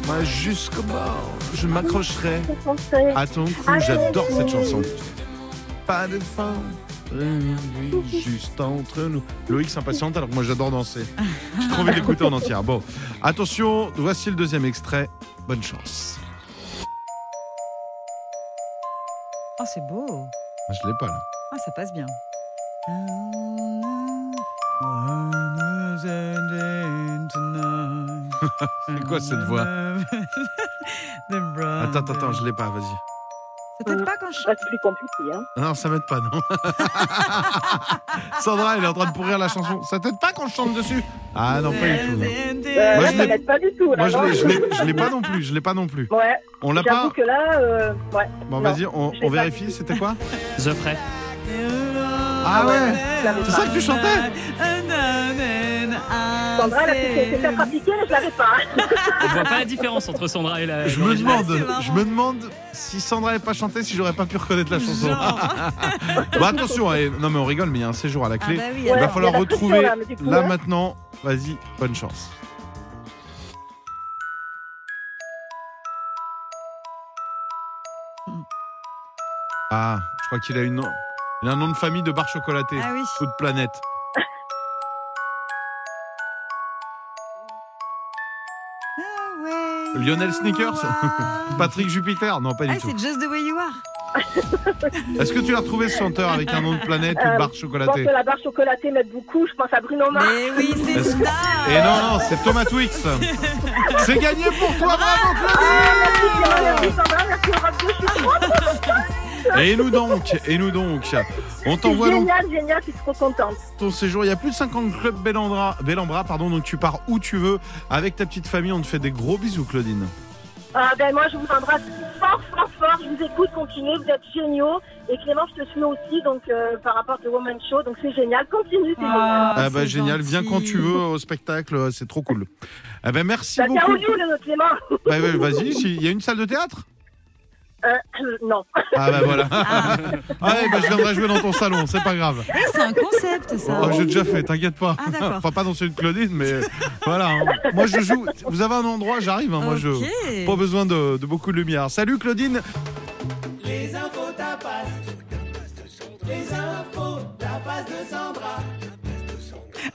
S1: Moi jusqu'au bord, je m'accrocherai à ton cou. J'adore cette chanson. Pas de fin, rien de lui, juste entre nous. Loïc s'impatiente alors que moi j'adore danser. J'ai trop envie de l'écouter en entière. Bon, attention, voici le deuxième extrait. Bonne chance.
S2: Oh, c'est beau.
S1: Ah, Je l'ai pas là.
S2: Ah, ça passe bien.
S1: C'est quoi cette voix
S2: Ah,
S1: Attends, attends, attends, je l'ai pas, vas-y.
S2: C'est peut-être pas quand je.
S11: C'est plus compliqué, hein.
S1: Non, ça m'aide pas, non. Sandra, elle est en train de pourrir la chanson. Ça t'aide pas quand je chante dessus Ah non, pas du tout. non.
S11: Euh,
S1: Moi, je
S11: ça
S1: l'ai-
S11: m'aide pas du tout. Là,
S1: Moi, je
S11: non
S1: l'ai- je l'ai- je l'ai pas non plus, je l'ai pas non plus.
S11: Ouais.
S1: On l'a
S11: J'avoue
S1: pas
S11: que là, euh, ouais.
S1: Bon,
S11: Non,
S1: vas-y, on,
S11: je l'ai
S1: on
S11: pas
S1: vérifie, c'était quoi
S4: Je ferai.
S1: Ah ouais C'est ça que tu chantais
S11: Sandra, la petite, c'est très appliqué, mais je l'avais pas.
S4: On voit pas la différence entre Sandra et la.
S2: Euh,
S1: Je me
S4: l'original.
S1: demande, je me demande si Sandra n'avait pas chanté, si j'aurais pas pu reconnaître la chanson. bon, attention, eh, non mais on rigole, mais il y a un séjour à la clé.
S2: Ah bah oui,
S1: Il va
S11: alors.
S1: falloir
S11: Il y a la pression,
S1: retrouver
S11: là, mais du coup,
S1: là
S11: hein.
S1: maintenant. Vas-y, bonne chance. Ah, je crois qu'il a une nom- il a un nom de famille de bar chocolaté.
S2: Ah oui.
S1: Toute planète.
S2: Ah
S1: Lionel Sneakers Patrick Jupiter Non, pas du
S2: Ah,
S1: tout.
S2: c'est Just the Way You Are.
S1: Est-ce que tu l'as retrouvé ce chanteur avec un nom de planète ou de
S11: Euh,
S1: barre
S11: Je pense
S1: chocolatée
S11: que la barre chocolatée m'aide beaucoup. Je pense à Bruno Mars.
S2: Mais oui, c'est
S1: Est-ce que-
S2: ça.
S1: Et Eh non, non, c'est Thomas Twix. C'est gagné pour toi, bravo Ah. Clément
S11: Merci Sandra, merci Europe 2, je
S1: Ah,
S11: suis trop
S1: Et nous donc, et nous donc, on t'envoie donc
S11: génial, génial, je suis trop contente.
S1: ton séjour. Il y a plus de 50 clubs Bellambra, Bellambra, pardon, donc tu pars où tu veux avec ta petite famille. On te fait des gros bisous, Claudine.
S11: Ah ben moi je vous embrasse fort fort fort, je vous écoute, continuez, vous êtes géniaux. Et Clément je te suis aussi donc euh, par rapport au Woman Show, donc c'est génial, continue, c'est génial.
S2: Ah,
S1: Ah, bah
S2: c'est
S1: génial, viens
S2: gentil.
S1: quand tu veux au spectacle, euh, c'est trop cool. Ah bah merci
S11: Ça vient
S1: beaucoup.
S11: au lieu le Clément
S1: Bah, ouais, vas-y, si- il y a une salle de théâtre
S11: Euh, Non.
S1: Ah bah voilà. Ah, ouais, bah, je viendrai jouer dans ton salon, c'est pas grave.
S2: Ah, C'est un concept, ça.
S1: Oh, j'ai déjà fait, t'inquiète pas.
S2: Ah, d'accord.
S1: enfin, pas dans celui de Claudine, mais voilà. hein. Moi, je joue. Vous avez un endroit, j'arrive. hein, Moi, je.
S2: Ok.
S1: Pas besoin de, de beaucoup de lumière. Salut Claudine. bah-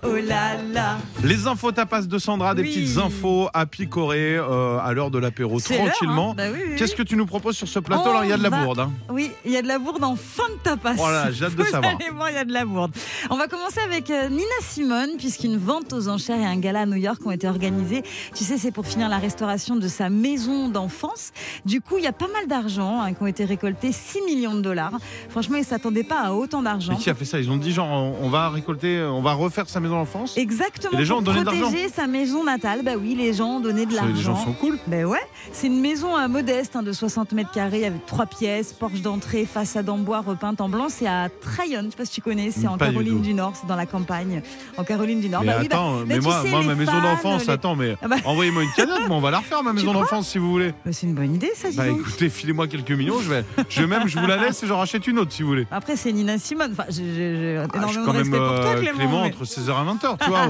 S2: Oh là là.
S1: Les infos tapas de Sandra, des
S2: Oui.
S1: petites infos à picorer euh, à l'heure de l'apéro
S2: C'est l'heure,
S1: tranquillement.
S2: hein. Bah oui, oui, oui.
S1: Qu'est-ce que tu nous proposes sur ce plateau
S2: On
S1: Alors, il y a de la
S2: va-
S1: bourde. hein.
S2: Oui, il y a de la bourde en fin de tapas.
S1: Voilà, Oh j'ai hâte de
S2: Vous
S1: savoir.
S2: allez voir, il y a de la bourde. On va commencer avec euh, Nina Simone, puisqu'une vente aux enchères et un gala à New York ont été organisés. Tu sais, c'est pour finir la restauration de sa maison d'enfance. Du coup, il y a pas mal d'argent hein, qui ont été récoltés, 6 millions de dollars. Franchement, ils ne s'attendaient pas à autant
S1: Mais
S2: d'argent.
S1: qui a fait ça Ils ont dit genre, on on va récolter, on va refaire sa maison d'enfance. Et
S2: Exactement,
S1: les gens ont
S2: pour
S1: donné de l'argent
S2: protéger sa maison natale. Bah oui, les gens ont donné de
S1: Ça, Les gens
S2: l'argent.
S1: sont cool.
S2: Ben ouais, c'est une maison euh, modeste hein, de 60 mètres carrés avec trois pièces, porche d'entrée, façade en bois repeinte en blanc. C'est à Tryon, je sais pas si tu connais, c'est en
S1: Pas du
S2: Caroline
S1: tout.
S2: du, Nord, c'est dans la campagne. En Caroline du Nord,
S1: mais
S2: bah oui, bah,
S1: attends, mais,
S2: tu
S1: moi,
S2: sais,
S1: moi
S2: les
S1: ma maison
S2: fans,
S1: d'enfance,
S2: les-
S1: attends, mais
S2: Ah bah-
S1: envoyez-moi une canette, mais on va la refaire ma maison d'enfance si vous voulez.
S2: Bah, c'est une bonne idée ça, dis
S1: Bah
S2: donc.
S1: écoutez, filez-moi quelques millions, je vais, je vais même, je vous la laisse et j'en rachète une autre si vous voulez.
S2: Après, c'est Nina Simone. Enfin, j'ai- j'ai j'ai
S1: Ah, je suis
S2: énormément
S1: quand
S2: de
S1: même
S2: respect pour toi,
S1: euh,
S2: Clément. mais-
S1: entre 16h et 20h, tu vois.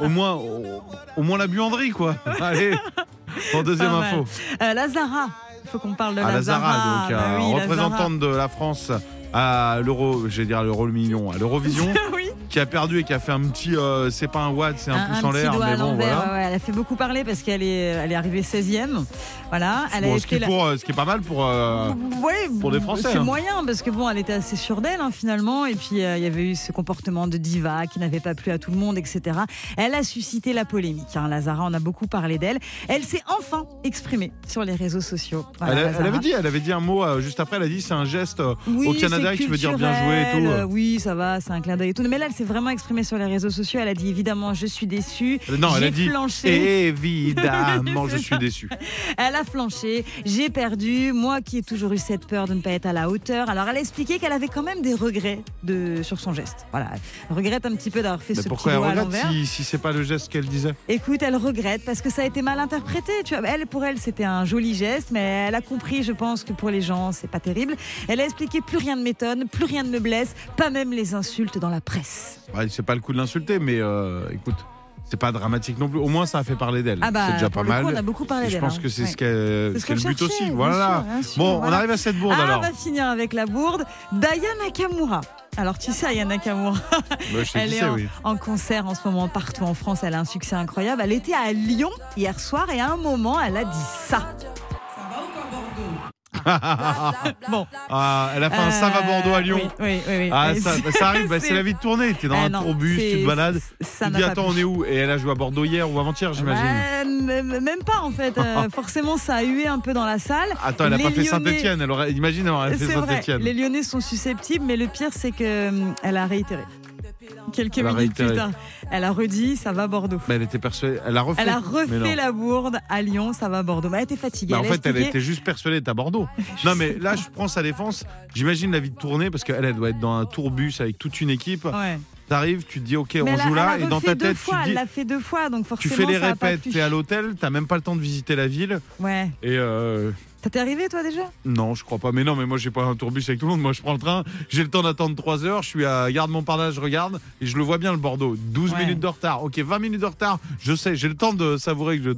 S1: Au, au moins, au, au moins la buanderie, quoi. Allez, en deuxième
S2: Pas mal.
S1: info.
S2: Euh, Lazara, il faut qu'on parle de
S1: À la
S2: Lazara.
S1: Zara, Ah, donc
S2: Bah
S1: euh,
S2: oui, Lazara.
S1: représentante de la France à l'euro, j'allais dire à l'euro le million, à l'Eurovision,
S2: oui.
S1: qui a perdu et qui a fait un petit, euh, c'est pas un watt, c'est un,
S2: un,
S1: pouce
S2: un
S1: en
S2: petit
S1: l'air,
S2: doigt à
S1: mais bon,
S2: l'envers, euh,
S1: voilà.
S2: ouais, ouais, elle a fait beaucoup parler parce qu'elle est, elle est arrivée 16e. Voilà, elle
S1: Bon,
S2: a
S1: ce, qui
S2: été
S1: est
S2: la- bah,
S1: pour, euh, ce qui est pas mal pour. euh,
S2: Ouais,
S1: pour les Français,
S2: C'est
S1: hein.
S2: moyen parce que bon, elle était assez sûre d'elle hein, finalement, et puis euh, il y avait eu ce comportement de diva qui n'avait pas plu à tout le monde, etc. Elle a suscité la polémique. Hein. Lazara, on a beaucoup parlé d'elle. Elle s'est enfin exprimée sur les réseaux sociaux. Voilà,
S1: elle, a- elle
S2: Lazara.
S1: avait dit, elle avait dit un mot euh, juste après. Elle a dit, c'est un geste euh,
S2: Oui,
S1: au Canada
S2: c'est
S1: qui veut dire bien joué et tout.
S2: culturel, euh, Oui, ça va, c'est un clin d'œil et tout. Mais là, elle s'est s'est vraiment exprimée sur les réseaux sociaux. Elle a dit évidemment, je suis déçue.
S1: Euh, Non, elle
S2: J'ai
S1: a dit
S2: flanché.
S1: évidemment, je
S2: C'est
S1: suis
S2: ça.
S1: déçu.
S2: Elle a flanché, j'ai perdu, moi qui ai toujours eu cette peur de ne pas être à la hauteur. Alors elle a expliqué qu'elle avait quand même des regrets de, sur son geste. Voilà, elle regrette un petit peu d'avoir fait
S1: Mais
S2: ce petit
S1: pourquoi elle
S2: doigt à
S1: regrette
S2: l'envers.
S1: si, si c'est pas le geste qu'elle disait
S2: Écoute, elle regrette parce que ça a été mal interprété. Tu vois, elle, pour elle, c'était un joli geste, mais elle a compris, je pense, que pour les gens, c'est pas terrible. Elle a expliqué plus rien ne m'étonne, plus rien ne me blesse, pas même les insultes dans la presse.
S1: Ouais, Bah, C'est pas le coup de l'insulter, mais euh, écoute, c'est pas dramatique non plus. Au moins, ça a fait parler d'elle.
S2: Ah bah,
S1: c'est déjà
S2: pour
S1: pas
S2: le
S1: mal.
S2: coup, on a beaucoup parlé
S1: Et Je
S2: d'elle,
S1: pense
S2: hein.
S1: que c'est
S2: Ouais.
S1: ce qu'elle-
S2: C'est ce
S1: ce qu'elle
S2: qu'on
S1: but
S2: cherchait,
S1: aussi.
S2: bien
S1: Voilà.
S2: sûr, bien sûr,
S1: bon, on
S2: voilà.
S1: arrive à cette bourde
S2: ah,
S1: alors.
S2: on va finir avec la bourde. Diana Nakamura. Alors, tu sais, Diana Nakamura.
S1: Bah, je sais
S2: Elle
S1: qui
S2: est
S1: c'est,
S2: en,
S1: oui.
S2: en concert en ce moment partout en France. Elle a un succès incroyable. Elle était à Lyon hier soir et à un moment, elle a dit ça.
S1: bon. Ah, elle a fait un ça va Bordeaux à Lyon.
S2: Euh, oui, oui, oui, oui.
S1: Ah,
S2: Mais
S1: ça,
S2: c'est-
S1: ça arrive, bah, c'est la vie de tournée. T'es dans
S2: Ah
S1: un
S2: non,
S1: tourbus,
S2: c'est-
S1: tu te balades.
S2: ça
S1: tu te
S2: m'a
S1: dis,
S2: pas
S1: attends, on
S2: plu.
S1: est où Et elle a joué à Bordeaux hier ou avant-hier, j'imagine.
S2: Bah, m- même pas en fait. Euh, forcément, ça a hué un peu dans la salle.
S1: Attends, elle a
S2: Les
S1: pas fait
S2: Lyonnais-
S1: Saint-Etienne. Elle aurait... Imagine, elle aurait fait
S2: C'est vrai.
S1: Saint-Etienne.
S2: Les Lyonnais sont susceptibles, mais le pire, c'est que hum, elle a réitéré. Quelques
S1: Elle a
S2: minutes plus
S1: réitéré.
S2: tard, elle a redit ça va Bordeaux.
S1: Mais elle était persuadée. Elle a refait.
S2: Elle a
S1: Mais
S2: refait
S1: non.
S2: la bourde à Lyon, ça va Bordeaux. Mais elle était fatiguée.
S1: Bah, en
S2: a
S1: fait, elle
S2: expliqué-
S1: était juste persuadée d'être à Bordeaux. non, mais là, je prends sa défense. J'imagine la vie de tournée parce qu'elle, elle doit être dans un tourbus avec toute une équipe.
S2: Ouais.
S1: T'arrives, tu te dis, OK,
S2: Mais
S1: on
S2: elle a-
S1: joue là.
S2: elle a
S1: Et dans
S2: refait
S1: ta
S2: deux
S1: tête,
S2: fois,
S1: tu te
S2: elle
S1: dis,
S2: l'a fait deux fois, donc
S1: tu
S2: forcément.
S1: fais les
S2: ça a pas
S1: répètes,
S2: plu.
S1: t'es à l'hôtel, t'as même pas le temps de visiter la ville.
S2: Ouais.
S1: Et euh,
S2: Ça t'est arrivé toi déjà
S1: non, je crois pas. Mais non, mais moi, j'ai pas un tourbus avec tout le monde. Moi, je prends le train, j'ai le temps d'attendre 3 heures. Je suis à Garde Montparnasse, je regarde et je le vois bien, le Bordeaux. 12 minutes de retard. OK, 20 minutes de retard. Je sais, j'ai le temps de savourer que je-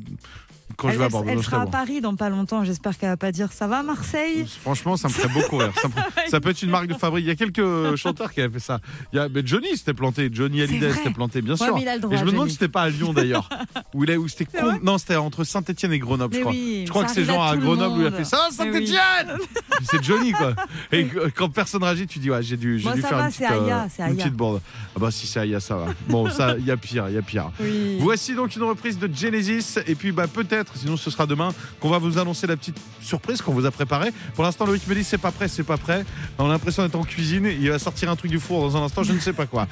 S1: quand
S2: elle,
S1: je vais à
S2: elle-
S1: Bordeaux.
S2: elle
S1: donc
S2: sera
S1: c'est
S2: à
S1: bon.
S2: Paris dans pas longtemps. J'espère qu'elle va pas dire ça va Marseille.
S1: Franchement, ça me ferait beaucoup rire. Ça, me- ça peut être une marque de fabrique. Il y a quelques chanteurs qui avaient fait ça. Il y a, mais Johnny s'était planté, Johnny Hallyday
S2: vrai.
S1: s'était planté, bien
S2: Ouais,
S1: sûr.
S2: mais il a le droit,
S1: et je me demande
S2: Johnny.
S1: si c'était pas à Lyon d'ailleurs. Où il est- où c'était con- Non, c'était entre Saint-Etienne et Grenoble, je
S2: Mais
S1: crois.
S2: oui,
S1: je crois
S2: ça
S1: que c'est
S2: arrive
S1: genre
S2: à
S1: à
S2: tout le
S1: Grenoble où il a
S2: monde.
S1: fait ça,
S2: Mais oui.
S1: Saint-Etienne C'est Johnny, quoi. Et que- quand personne réagit, tu dis, ouais, j'ai dû, j'ai
S2: Bon,
S1: dû
S2: ça
S1: faire
S2: va,
S1: une, petite,
S2: c'est Aya,
S1: euh,
S2: c'est
S1: une
S2: Aya.
S1: petite bande. Ah bah si, c'est Aya, ça va. Bon, ça, il y a pire, il y a pire.
S2: Oui.
S1: Voici donc une reprise de Genesis. Et puis, bah, peut-être, sinon ce sera demain, qu'on va vous annoncer la petite surprise qu'on vous a préparée. Pour l'instant, Loïc me dit c'est pas prêt, c'est pas prêt. On a l'impression d'être en cuisine. Il va sortir un truc du four dans un instant, je ne sais pas quoi.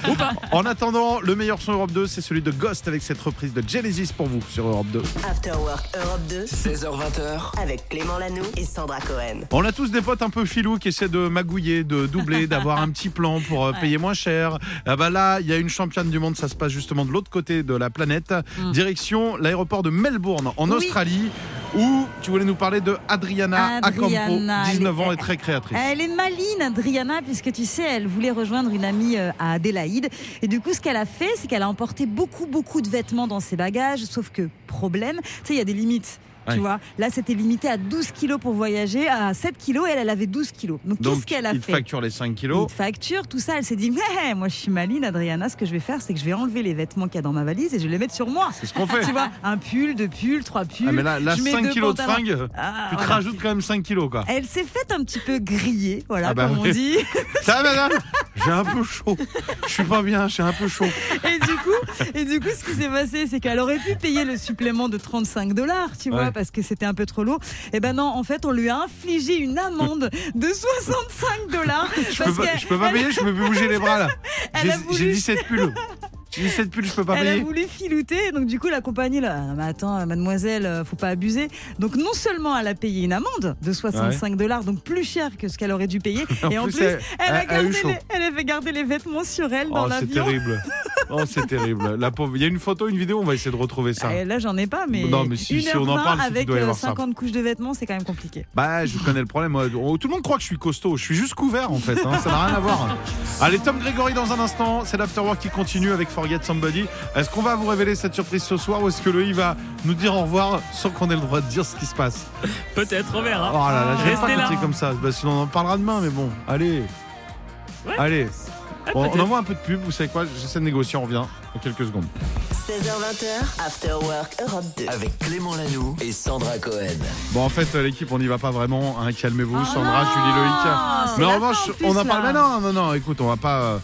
S1: En attendant, le meilleur son Europe 2, c'est celui de Ghost avec cette reprise de Genesis pour vous sur Europe 2.
S6: After Work Europe 2. 16h20h. Avec Clément Lanoux et Sandra Cohen.
S1: On a tous des potes un peu filous qui essaient de magouiller, de doubler, d'avoir un petit plan pour euh, payer moins cher. Ah bah là, il y a une championne du monde, ça se passe justement de l'autre côté de la planète, direction l'aéroport de Melbourne en
S2: Mm. Oui.
S1: Australie, où tu voulais nous parler de Adriana,
S2: Adriana,
S1: Acampo, 19
S2: elle-
S1: ans et très créatrice.
S2: Elle est maline, Adriana, puisque tu sais, elle voulait rejoindre une amie euh, à Adélaïde. Et du coup, ce qu'elle a fait, c'est qu'elle a emporté beaucoup, beaucoup de vêtements dans ses bagages. Sauf que, problème, tu sais, il y a des limites. Tu
S1: Ouais.
S2: vois, là c'était limité à 12 kilos pour voyager, à 7 kilos, elle, elle avait 12 kilos. Donc, qu'est-ce
S1: Donc,
S2: Eh, qu'elle a
S1: il te
S2: fait
S1: facture les 5 kilos.
S2: Petite facture, tout ça. Elle s'est dit, mais moi je suis maline, Adriana, ce que je vais faire, c'est que je vais enlever les vêtements qu'il y a dans ma valise et je vais les mettre sur moi. C'est
S1: ce qu'on fait.
S2: Ah, Tu vois, un pull, deux pulls, trois pulls.
S1: Ah, mais là, là,
S2: je mets
S1: 5
S2: deux
S1: kilos de
S2: pantalons.
S1: fringues,
S2: Ah,
S1: tu te
S2: voilà.
S1: rajoutes quand même 5 kilos quoi.
S2: Elle s'est faite un petit peu griller, voilà,
S1: Ah bah
S2: comme on
S1: oui.
S2: dit.
S1: Ça va, madame J'ai un peu chaud. Je suis pas bien, j'ai un peu chaud.
S2: Et du coup, et du coup ce qui s'est passé, c'est qu'elle aurait pu payer le supplément de 35 dollars, tu vois,
S1: Ouais.
S2: parce que c'était un peu trop lourd. Et ben non, en fait, on lui a infligé une amende de 65 dollars.
S1: Je peux, pas, je peux pas payer, je peux plus bouger les bras là.
S2: Elle
S1: J'ai
S2: a voulu-
S1: j'ai 17 pulls. J'ai 17 pulls, je peux pas
S2: Elle a
S1: payer.
S2: voulu filouter, donc du coup la compagnie là, Ah, mais attends mademoiselle, euh, faut pas abuser. Donc non seulement elle a payé une amende de 65 dollars, donc plus cher que ce qu'elle aurait dû payer,
S1: En
S2: et en
S1: plus,
S2: plus,
S1: elle-
S2: elle,
S1: elle- elle
S2: a
S1: a eu
S2: gardé
S1: chaud.
S2: les, elle avait gardé les vêtements sur elle dans
S1: Oh, c'est
S2: l'avion.
S1: terrible. Oh, c'est terrible. La pauvre. Il y a une photo, une vidéo, on va essayer de retrouver ça.
S2: Et Ah, là j'en ai pas, mais,
S1: Non, mais si- si
S2: 1h20
S1: on en parle, c'est qu'il
S2: avec
S1: doit y
S2: euh,
S1: avoir ça.
S2: 50 couches de vêtements, c'est quand même compliqué.
S1: Bah, je connais le problème. Moi, on- Tout le monde croit que je suis costaud. Je suis juste couvert, en fait. hein. Ça n'a rien à voir. Allez, Tom Grégory, dans un instant, c'est l'afterwork qui continue avec Forget Somebody. Est-ce qu'on va vous révéler cette surprise ce soir ou est-ce que Loïc va nous dire au revoir sans qu'on ait le droit de dire ce qui se passe
S4: Peut-être, on verra.
S1: Oh là là, je vais
S4: Restez
S1: pas
S4: là.
S1: compter comme ça. Bah, sinon, on en parlera demain, mais bon, allez. Allez. Bon, on
S4: peut-être.
S1: envoie un peu de pub, vous savez quoi J'essaie de négocier, on revient dans quelques secondes.
S6: 16h20h. After Work Europe 2.
S7: Avec Clément Lanoux et Sandra Cohen.
S1: Bon, en fait, euh, l'équipe, on n'y va pas vraiment. hein.
S2: Ah
S1: Calmez-vous, Sandra, Julie, Loïc.
S7: c'est
S1: Mais en
S7: la
S1: revanche,
S7: fin, en plus,
S1: on en parle.
S7: là.
S1: Mais non, non, non, écoute, on va pas. euh,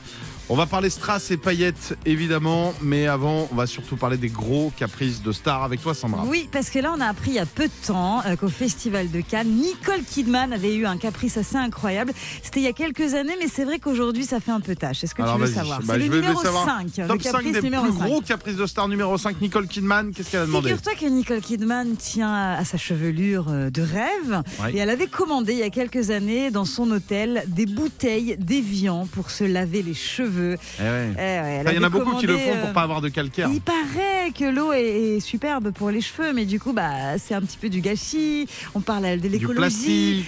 S1: On va parler strass et paillettes, évidemment, mais avant, on va surtout parler des gros caprices de stars avec toi, Sandra.
S2: Oui, parce que là, on a appris il y a peu de temps euh, qu'au Festival de Cannes, Nicole Kidman avait eu un caprice assez incroyable. C'était il y a quelques années, mais c'est vrai qu'aujourd'hui, ça fait un peu tâche. Est-ce que
S1: Alors,
S2: tu veux
S1: vas-y.
S2: savoir
S1: Bah,
S2: C'est
S1: je
S2: le
S1: vais- vais
S2: numéro
S1: savoir.
S2: 5. le
S1: Top 5
S2: caprice
S1: des
S2: numéro
S1: plus
S2: 5.
S1: gros caprices de stars numéro 5, Nicole Kidman. Qu'est-ce qu'elle a demandé
S2: Figure-toi que Nicole Kidman tient à sa chevelure euh, de rêve
S1: Ouais.
S2: et elle avait commandé il y a quelques années dans son hôtel des bouteilles d'évian pour se laver les cheveux.
S1: Eh ouais.
S2: Eh ouais, elle
S1: Ça, Il y en a
S2: avait
S1: beaucoup qui le
S2: commandé,
S1: font pour
S2: euh,
S1: pas avoir de calcaire.
S2: Il paraît que l'eau est, est superbe pour les cheveux, mais du coup, bah, c'est un petit peu du gâchis. On parle de l'écologie,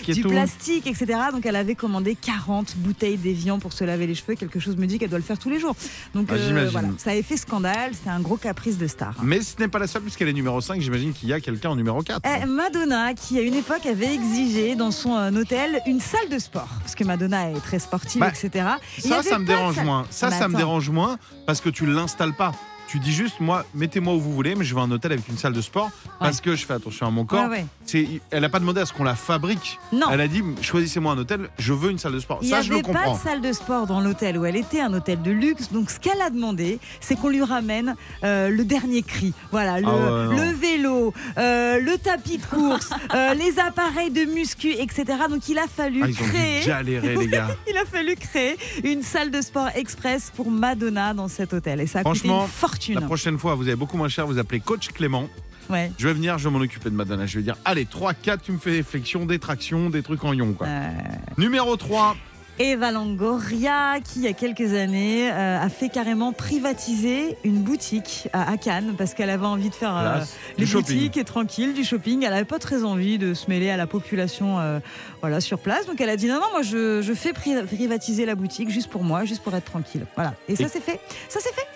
S1: plastique et
S2: du
S1: tout.
S2: plastique, etc. Donc, elle avait commandé 40 bouteilles d'évian pour se laver les cheveux. Quelque chose me dit qu'elle doit le faire tous les jours. Donc, euh,
S1: Ah, j'imagine.
S2: voilà, ça avait fait scandale. C'était un gros caprice de star.
S1: Mais ce n'est pas la seule, puisqu'elle est numéro 5, j'imagine qu'il y a quelqu'un en numéro 4.
S2: Eh, Madonna, qui à une époque avait exigé dans son euh, hôtel une salle de sport, parce que Madonna est très sportive,
S1: Bah,
S2: etc. Il y
S1: Ça,
S2: avait
S1: ça me
S2: pas de
S1: dérange
S2: salle.
S1: moins. Ça,
S2: Mais
S1: ça me
S2: attends.
S1: dérange moins parce que tu l'installes pas. Tu dis juste, moi, mettez-moi où vous voulez, mais je veux un hôtel avec une salle de sport parce que je fais attention à mon corps.
S2: Ouais, ouais.
S1: C'est, elle n'a pas demandé à ce qu'on la fabrique.
S2: Non.
S1: Elle a dit, choisissez-moi un hôtel, je veux une salle de sport.
S2: Il n'y
S1: Oh, ça,
S2: avait
S1: je le
S2: pas
S1: comprends.
S2: de salle de sport dans l'hôtel où elle était, un hôtel de luxe. Donc, ce qu'elle a demandé, c'est qu'on lui ramène euh, le dernier cri. Voilà, le,
S12: Ah ouais, non.
S2: le vélo, euh, le tapis de course, euh, les appareils de muscu, etc. Donc, il a fallu
S1: Ah, ils ont dû
S2: créer.
S1: galérer, les gars.
S2: il a fallu créer une salle de sport express pour Madonna dans cet hôtel. Et ça a coûté une
S1: Franchement,
S2: fortune.
S1: la prochaine fois, vous avez beaucoup moins cher, vous appelez Coach Clément.
S2: Ouais.
S1: Je vais venir, je vais m'en occuper de Madonna. Je vais dire, allez, 3, 4, tu me fais des flexions, des tractions, des trucs en ion. Quoi.
S2: Euh.
S1: Numéro
S2: Ah,
S1: Ah, 3.
S2: Eva Longoria, qui il y a quelques années euh, a fait carrément privatiser une boutique à, à Cannes parce qu'elle avait envie de faire euh,
S12: Classe.
S2: les
S12: Du shopping.
S2: boutiques et tranquille du shopping. Elle n'avait pas très envie de se mêler à la population euh, voilà, sur place. Donc elle a dit non, non, moi je, je fais pri- privatiser la boutique juste pour moi, juste pour être tranquille. Voilà. Et ça
S1: Et-
S2: c'est fait. Ça c'est fait.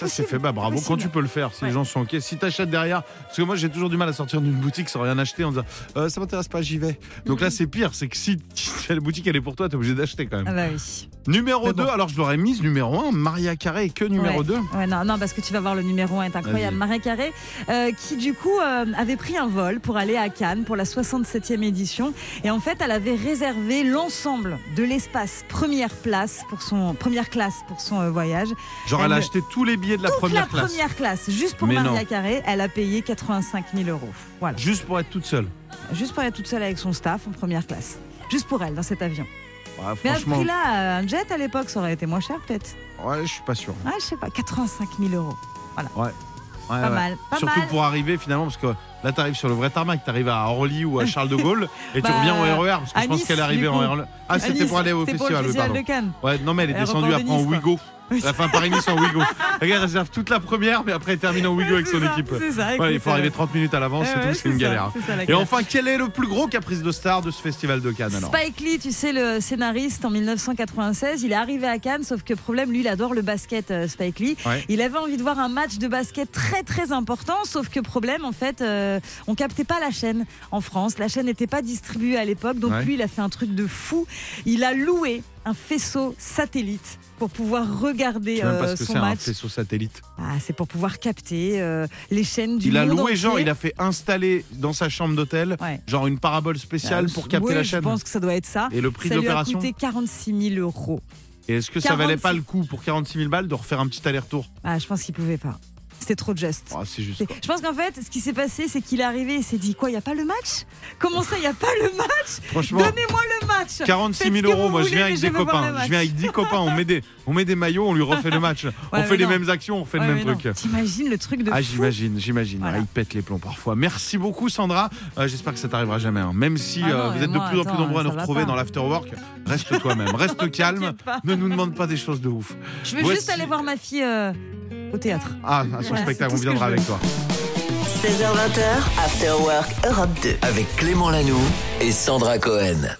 S1: Ça, c'est fait, bah bravo.
S2: possible.
S1: Quand tu peux le faire, si les gens sont OK. Si t'achètes derrière, parce que moi, j'ai toujours du mal à sortir d'une boutique sans rien acheter en disant Euh, ça m'intéresse pas, j'y vais. Donc
S2: Mhm.
S1: là, c'est pire, c'est que si la boutique elle est pour toi, t'es obligé d'acheter quand même.
S2: Ah bah oui.
S1: Numéro 2, alors je l'aurais mise numéro 1, Maria Carré, que numéro
S2: Ouais.
S1: 2.
S2: Ouais, non, non, parce que tu vas voir, le numéro 1 est incroyable.
S1: Vas-y.
S2: Marie Carré, euh, qui du coup euh, avait pris un vol pour aller à Cannes pour la 67e édition. Et en fait, elle avait réservé l'ensemble de l'espace première place pour son première classe pour son euh, voyage.
S1: Genre, elle a
S2: ne-
S1: acheté tous les billets de la
S2: toute
S1: première
S2: la
S1: classe.
S2: première classe, juste pour
S1: Mais
S2: Maria
S1: non.
S2: Carré, elle a payé 85 000 euros. Voilà.
S1: Juste pour être toute seule.
S2: Juste pour être toute seule avec son staff en première classe. Juste pour elle, dans cet avion.
S1: Ouais,
S2: Mais à ce
S1: franchement,
S2: prix-là, euh, un jet à l'époque, ça aurait été moins cher peut-être.
S1: ouais, je suis pas sûr.
S2: Ah, je sais pas, 85 000 euros.
S1: Ah Ouais. Ouais,
S2: Pas mal, pas
S1: Surtout
S2: mal.
S1: pour arriver finalement, parce que là, t'arrives sur le vrai tarmac, t'arrives à Orly ou à Charles de Gaulle et tu
S2: Bah,
S1: reviens au RER, parce que
S2: à
S1: je pense
S2: Nice,
S1: qu'elle est arrivée
S2: du coup.
S1: en RER.
S2: À
S1: Ah, c'était
S2: Nice,
S1: pour aller au
S2: c'était pour le
S1: festival, oui,
S2: festival
S1: pardon.
S2: de Cannes.
S1: Ouais, non, mais elle est
S2: Aéroport
S1: descendue
S2: de
S1: après en
S2: Nice, quoi.
S1: Ouigo. Elle a fait un Paris-Nice en Ouigo. Regarde, elle réserve toute la première, mais après elle termine en Ouigo avec son équipe.
S2: c'est ça,
S1: Ouais,
S2: écoute,
S1: il faut
S2: euh,
S1: arriver 30 minutes à l'avance,
S2: ouais,
S1: c'est
S2: ouais,
S1: tout, c'est une
S2: c'est ça,
S1: galère.
S2: c'est ça, la
S1: Et
S2: galère.
S1: enfin, quel est le plus gros caprice de star de ce festival de Cannes alors
S2: Spike Lee, tu sais, le scénariste en 1996, il est arrivé à Cannes, sauf que problème, lui, il adore le basket, euh, Spike Lee.
S12: Ouais.
S2: Il avait envie de voir un match de basket très très important, sauf que problème, en fait, euh, on captait pas la chaîne en France. La chaîne n'était pas distribuée à l'époque, donc
S12: Ouais.
S2: lui, il a fait un truc de fou. Il a loué un faisceau satellite pour pouvoir regarder
S1: Je sais même pas
S2: euh,
S1: ce que
S2: son
S1: c'est un
S2: match.
S1: faisceau satellite.
S2: Ah, c'est pour pouvoir capter euh, les chaînes du
S1: Il a
S2: monde
S1: loué, genre,
S2: entier.
S1: il a fait installer dans sa chambre d'hôtel, genre une parabole spéciale
S2: Euh,
S1: pour capter
S2: ouais,
S1: la chaîne.
S2: Je pense que ça doit être ça.
S1: Et le prix
S2: ça
S1: de
S2: lui a
S1: l'opération
S2: coûté 46 000 euros.
S1: Et est-ce que ça
S2: 46
S1: valait pas le coup pour 46 000 balles de refaire un petit aller-retour
S2: Ah, je pense qu'il pouvait pas. C'était trop juste.
S1: Ah, C'est juste.
S2: C'est- Je pense qu'en fait, ce qui s'est passé, c'est qu'il est arrivé et s'est dit Quoi, il n'y a pas le match Comment ça, il n'y a pas le match
S1: Franchement,
S2: Donnez-moi le match
S1: 46
S2: Faites ce
S1: 000
S2: que
S1: euros,
S2: vous
S1: moi je
S2: voulez,
S1: viens
S2: mais
S1: avec des
S2: veux voir le
S1: copains.
S2: match.
S1: Je viens avec 10 copains, on met des, on met des maillots, on lui refait le match. on
S2: Ouais, mais
S1: fait les
S2: non.
S1: mêmes actions, on fait
S2: Ouais,
S1: le
S2: mais
S1: même
S2: non.
S1: truc.
S2: T'imagines le truc de.
S1: Ah,
S2: fou
S1: j'imagine, j'imagine. Ah, il pète les plombs parfois. Merci beaucoup, Sandra. Euh, J'espère que ça t'arrivera jamais. hein. Même si
S2: Ah non,
S1: euh,
S2: mais
S1: vous êtes
S2: moi,
S1: de plus en plus
S2: attends,
S1: nombreux à nous
S2: ça va
S1: retrouver
S2: pas.
S1: dans l'afterwork, reste toi-même, reste calme. Ne nous demande pas des choses de ouf.
S2: Je veux
S1: Voici-
S2: juste aller voir ma fille euh, au théâtre.
S1: Ah, à son
S2: Voilà,
S1: spectacle,
S2: c'est
S1: on
S2: tout ce que
S1: viendra
S2: je veux.
S1: avec toi.
S6: 16h20, After Work Europe 2.
S7: Avec Clément Lanoux et Sandra Cohen.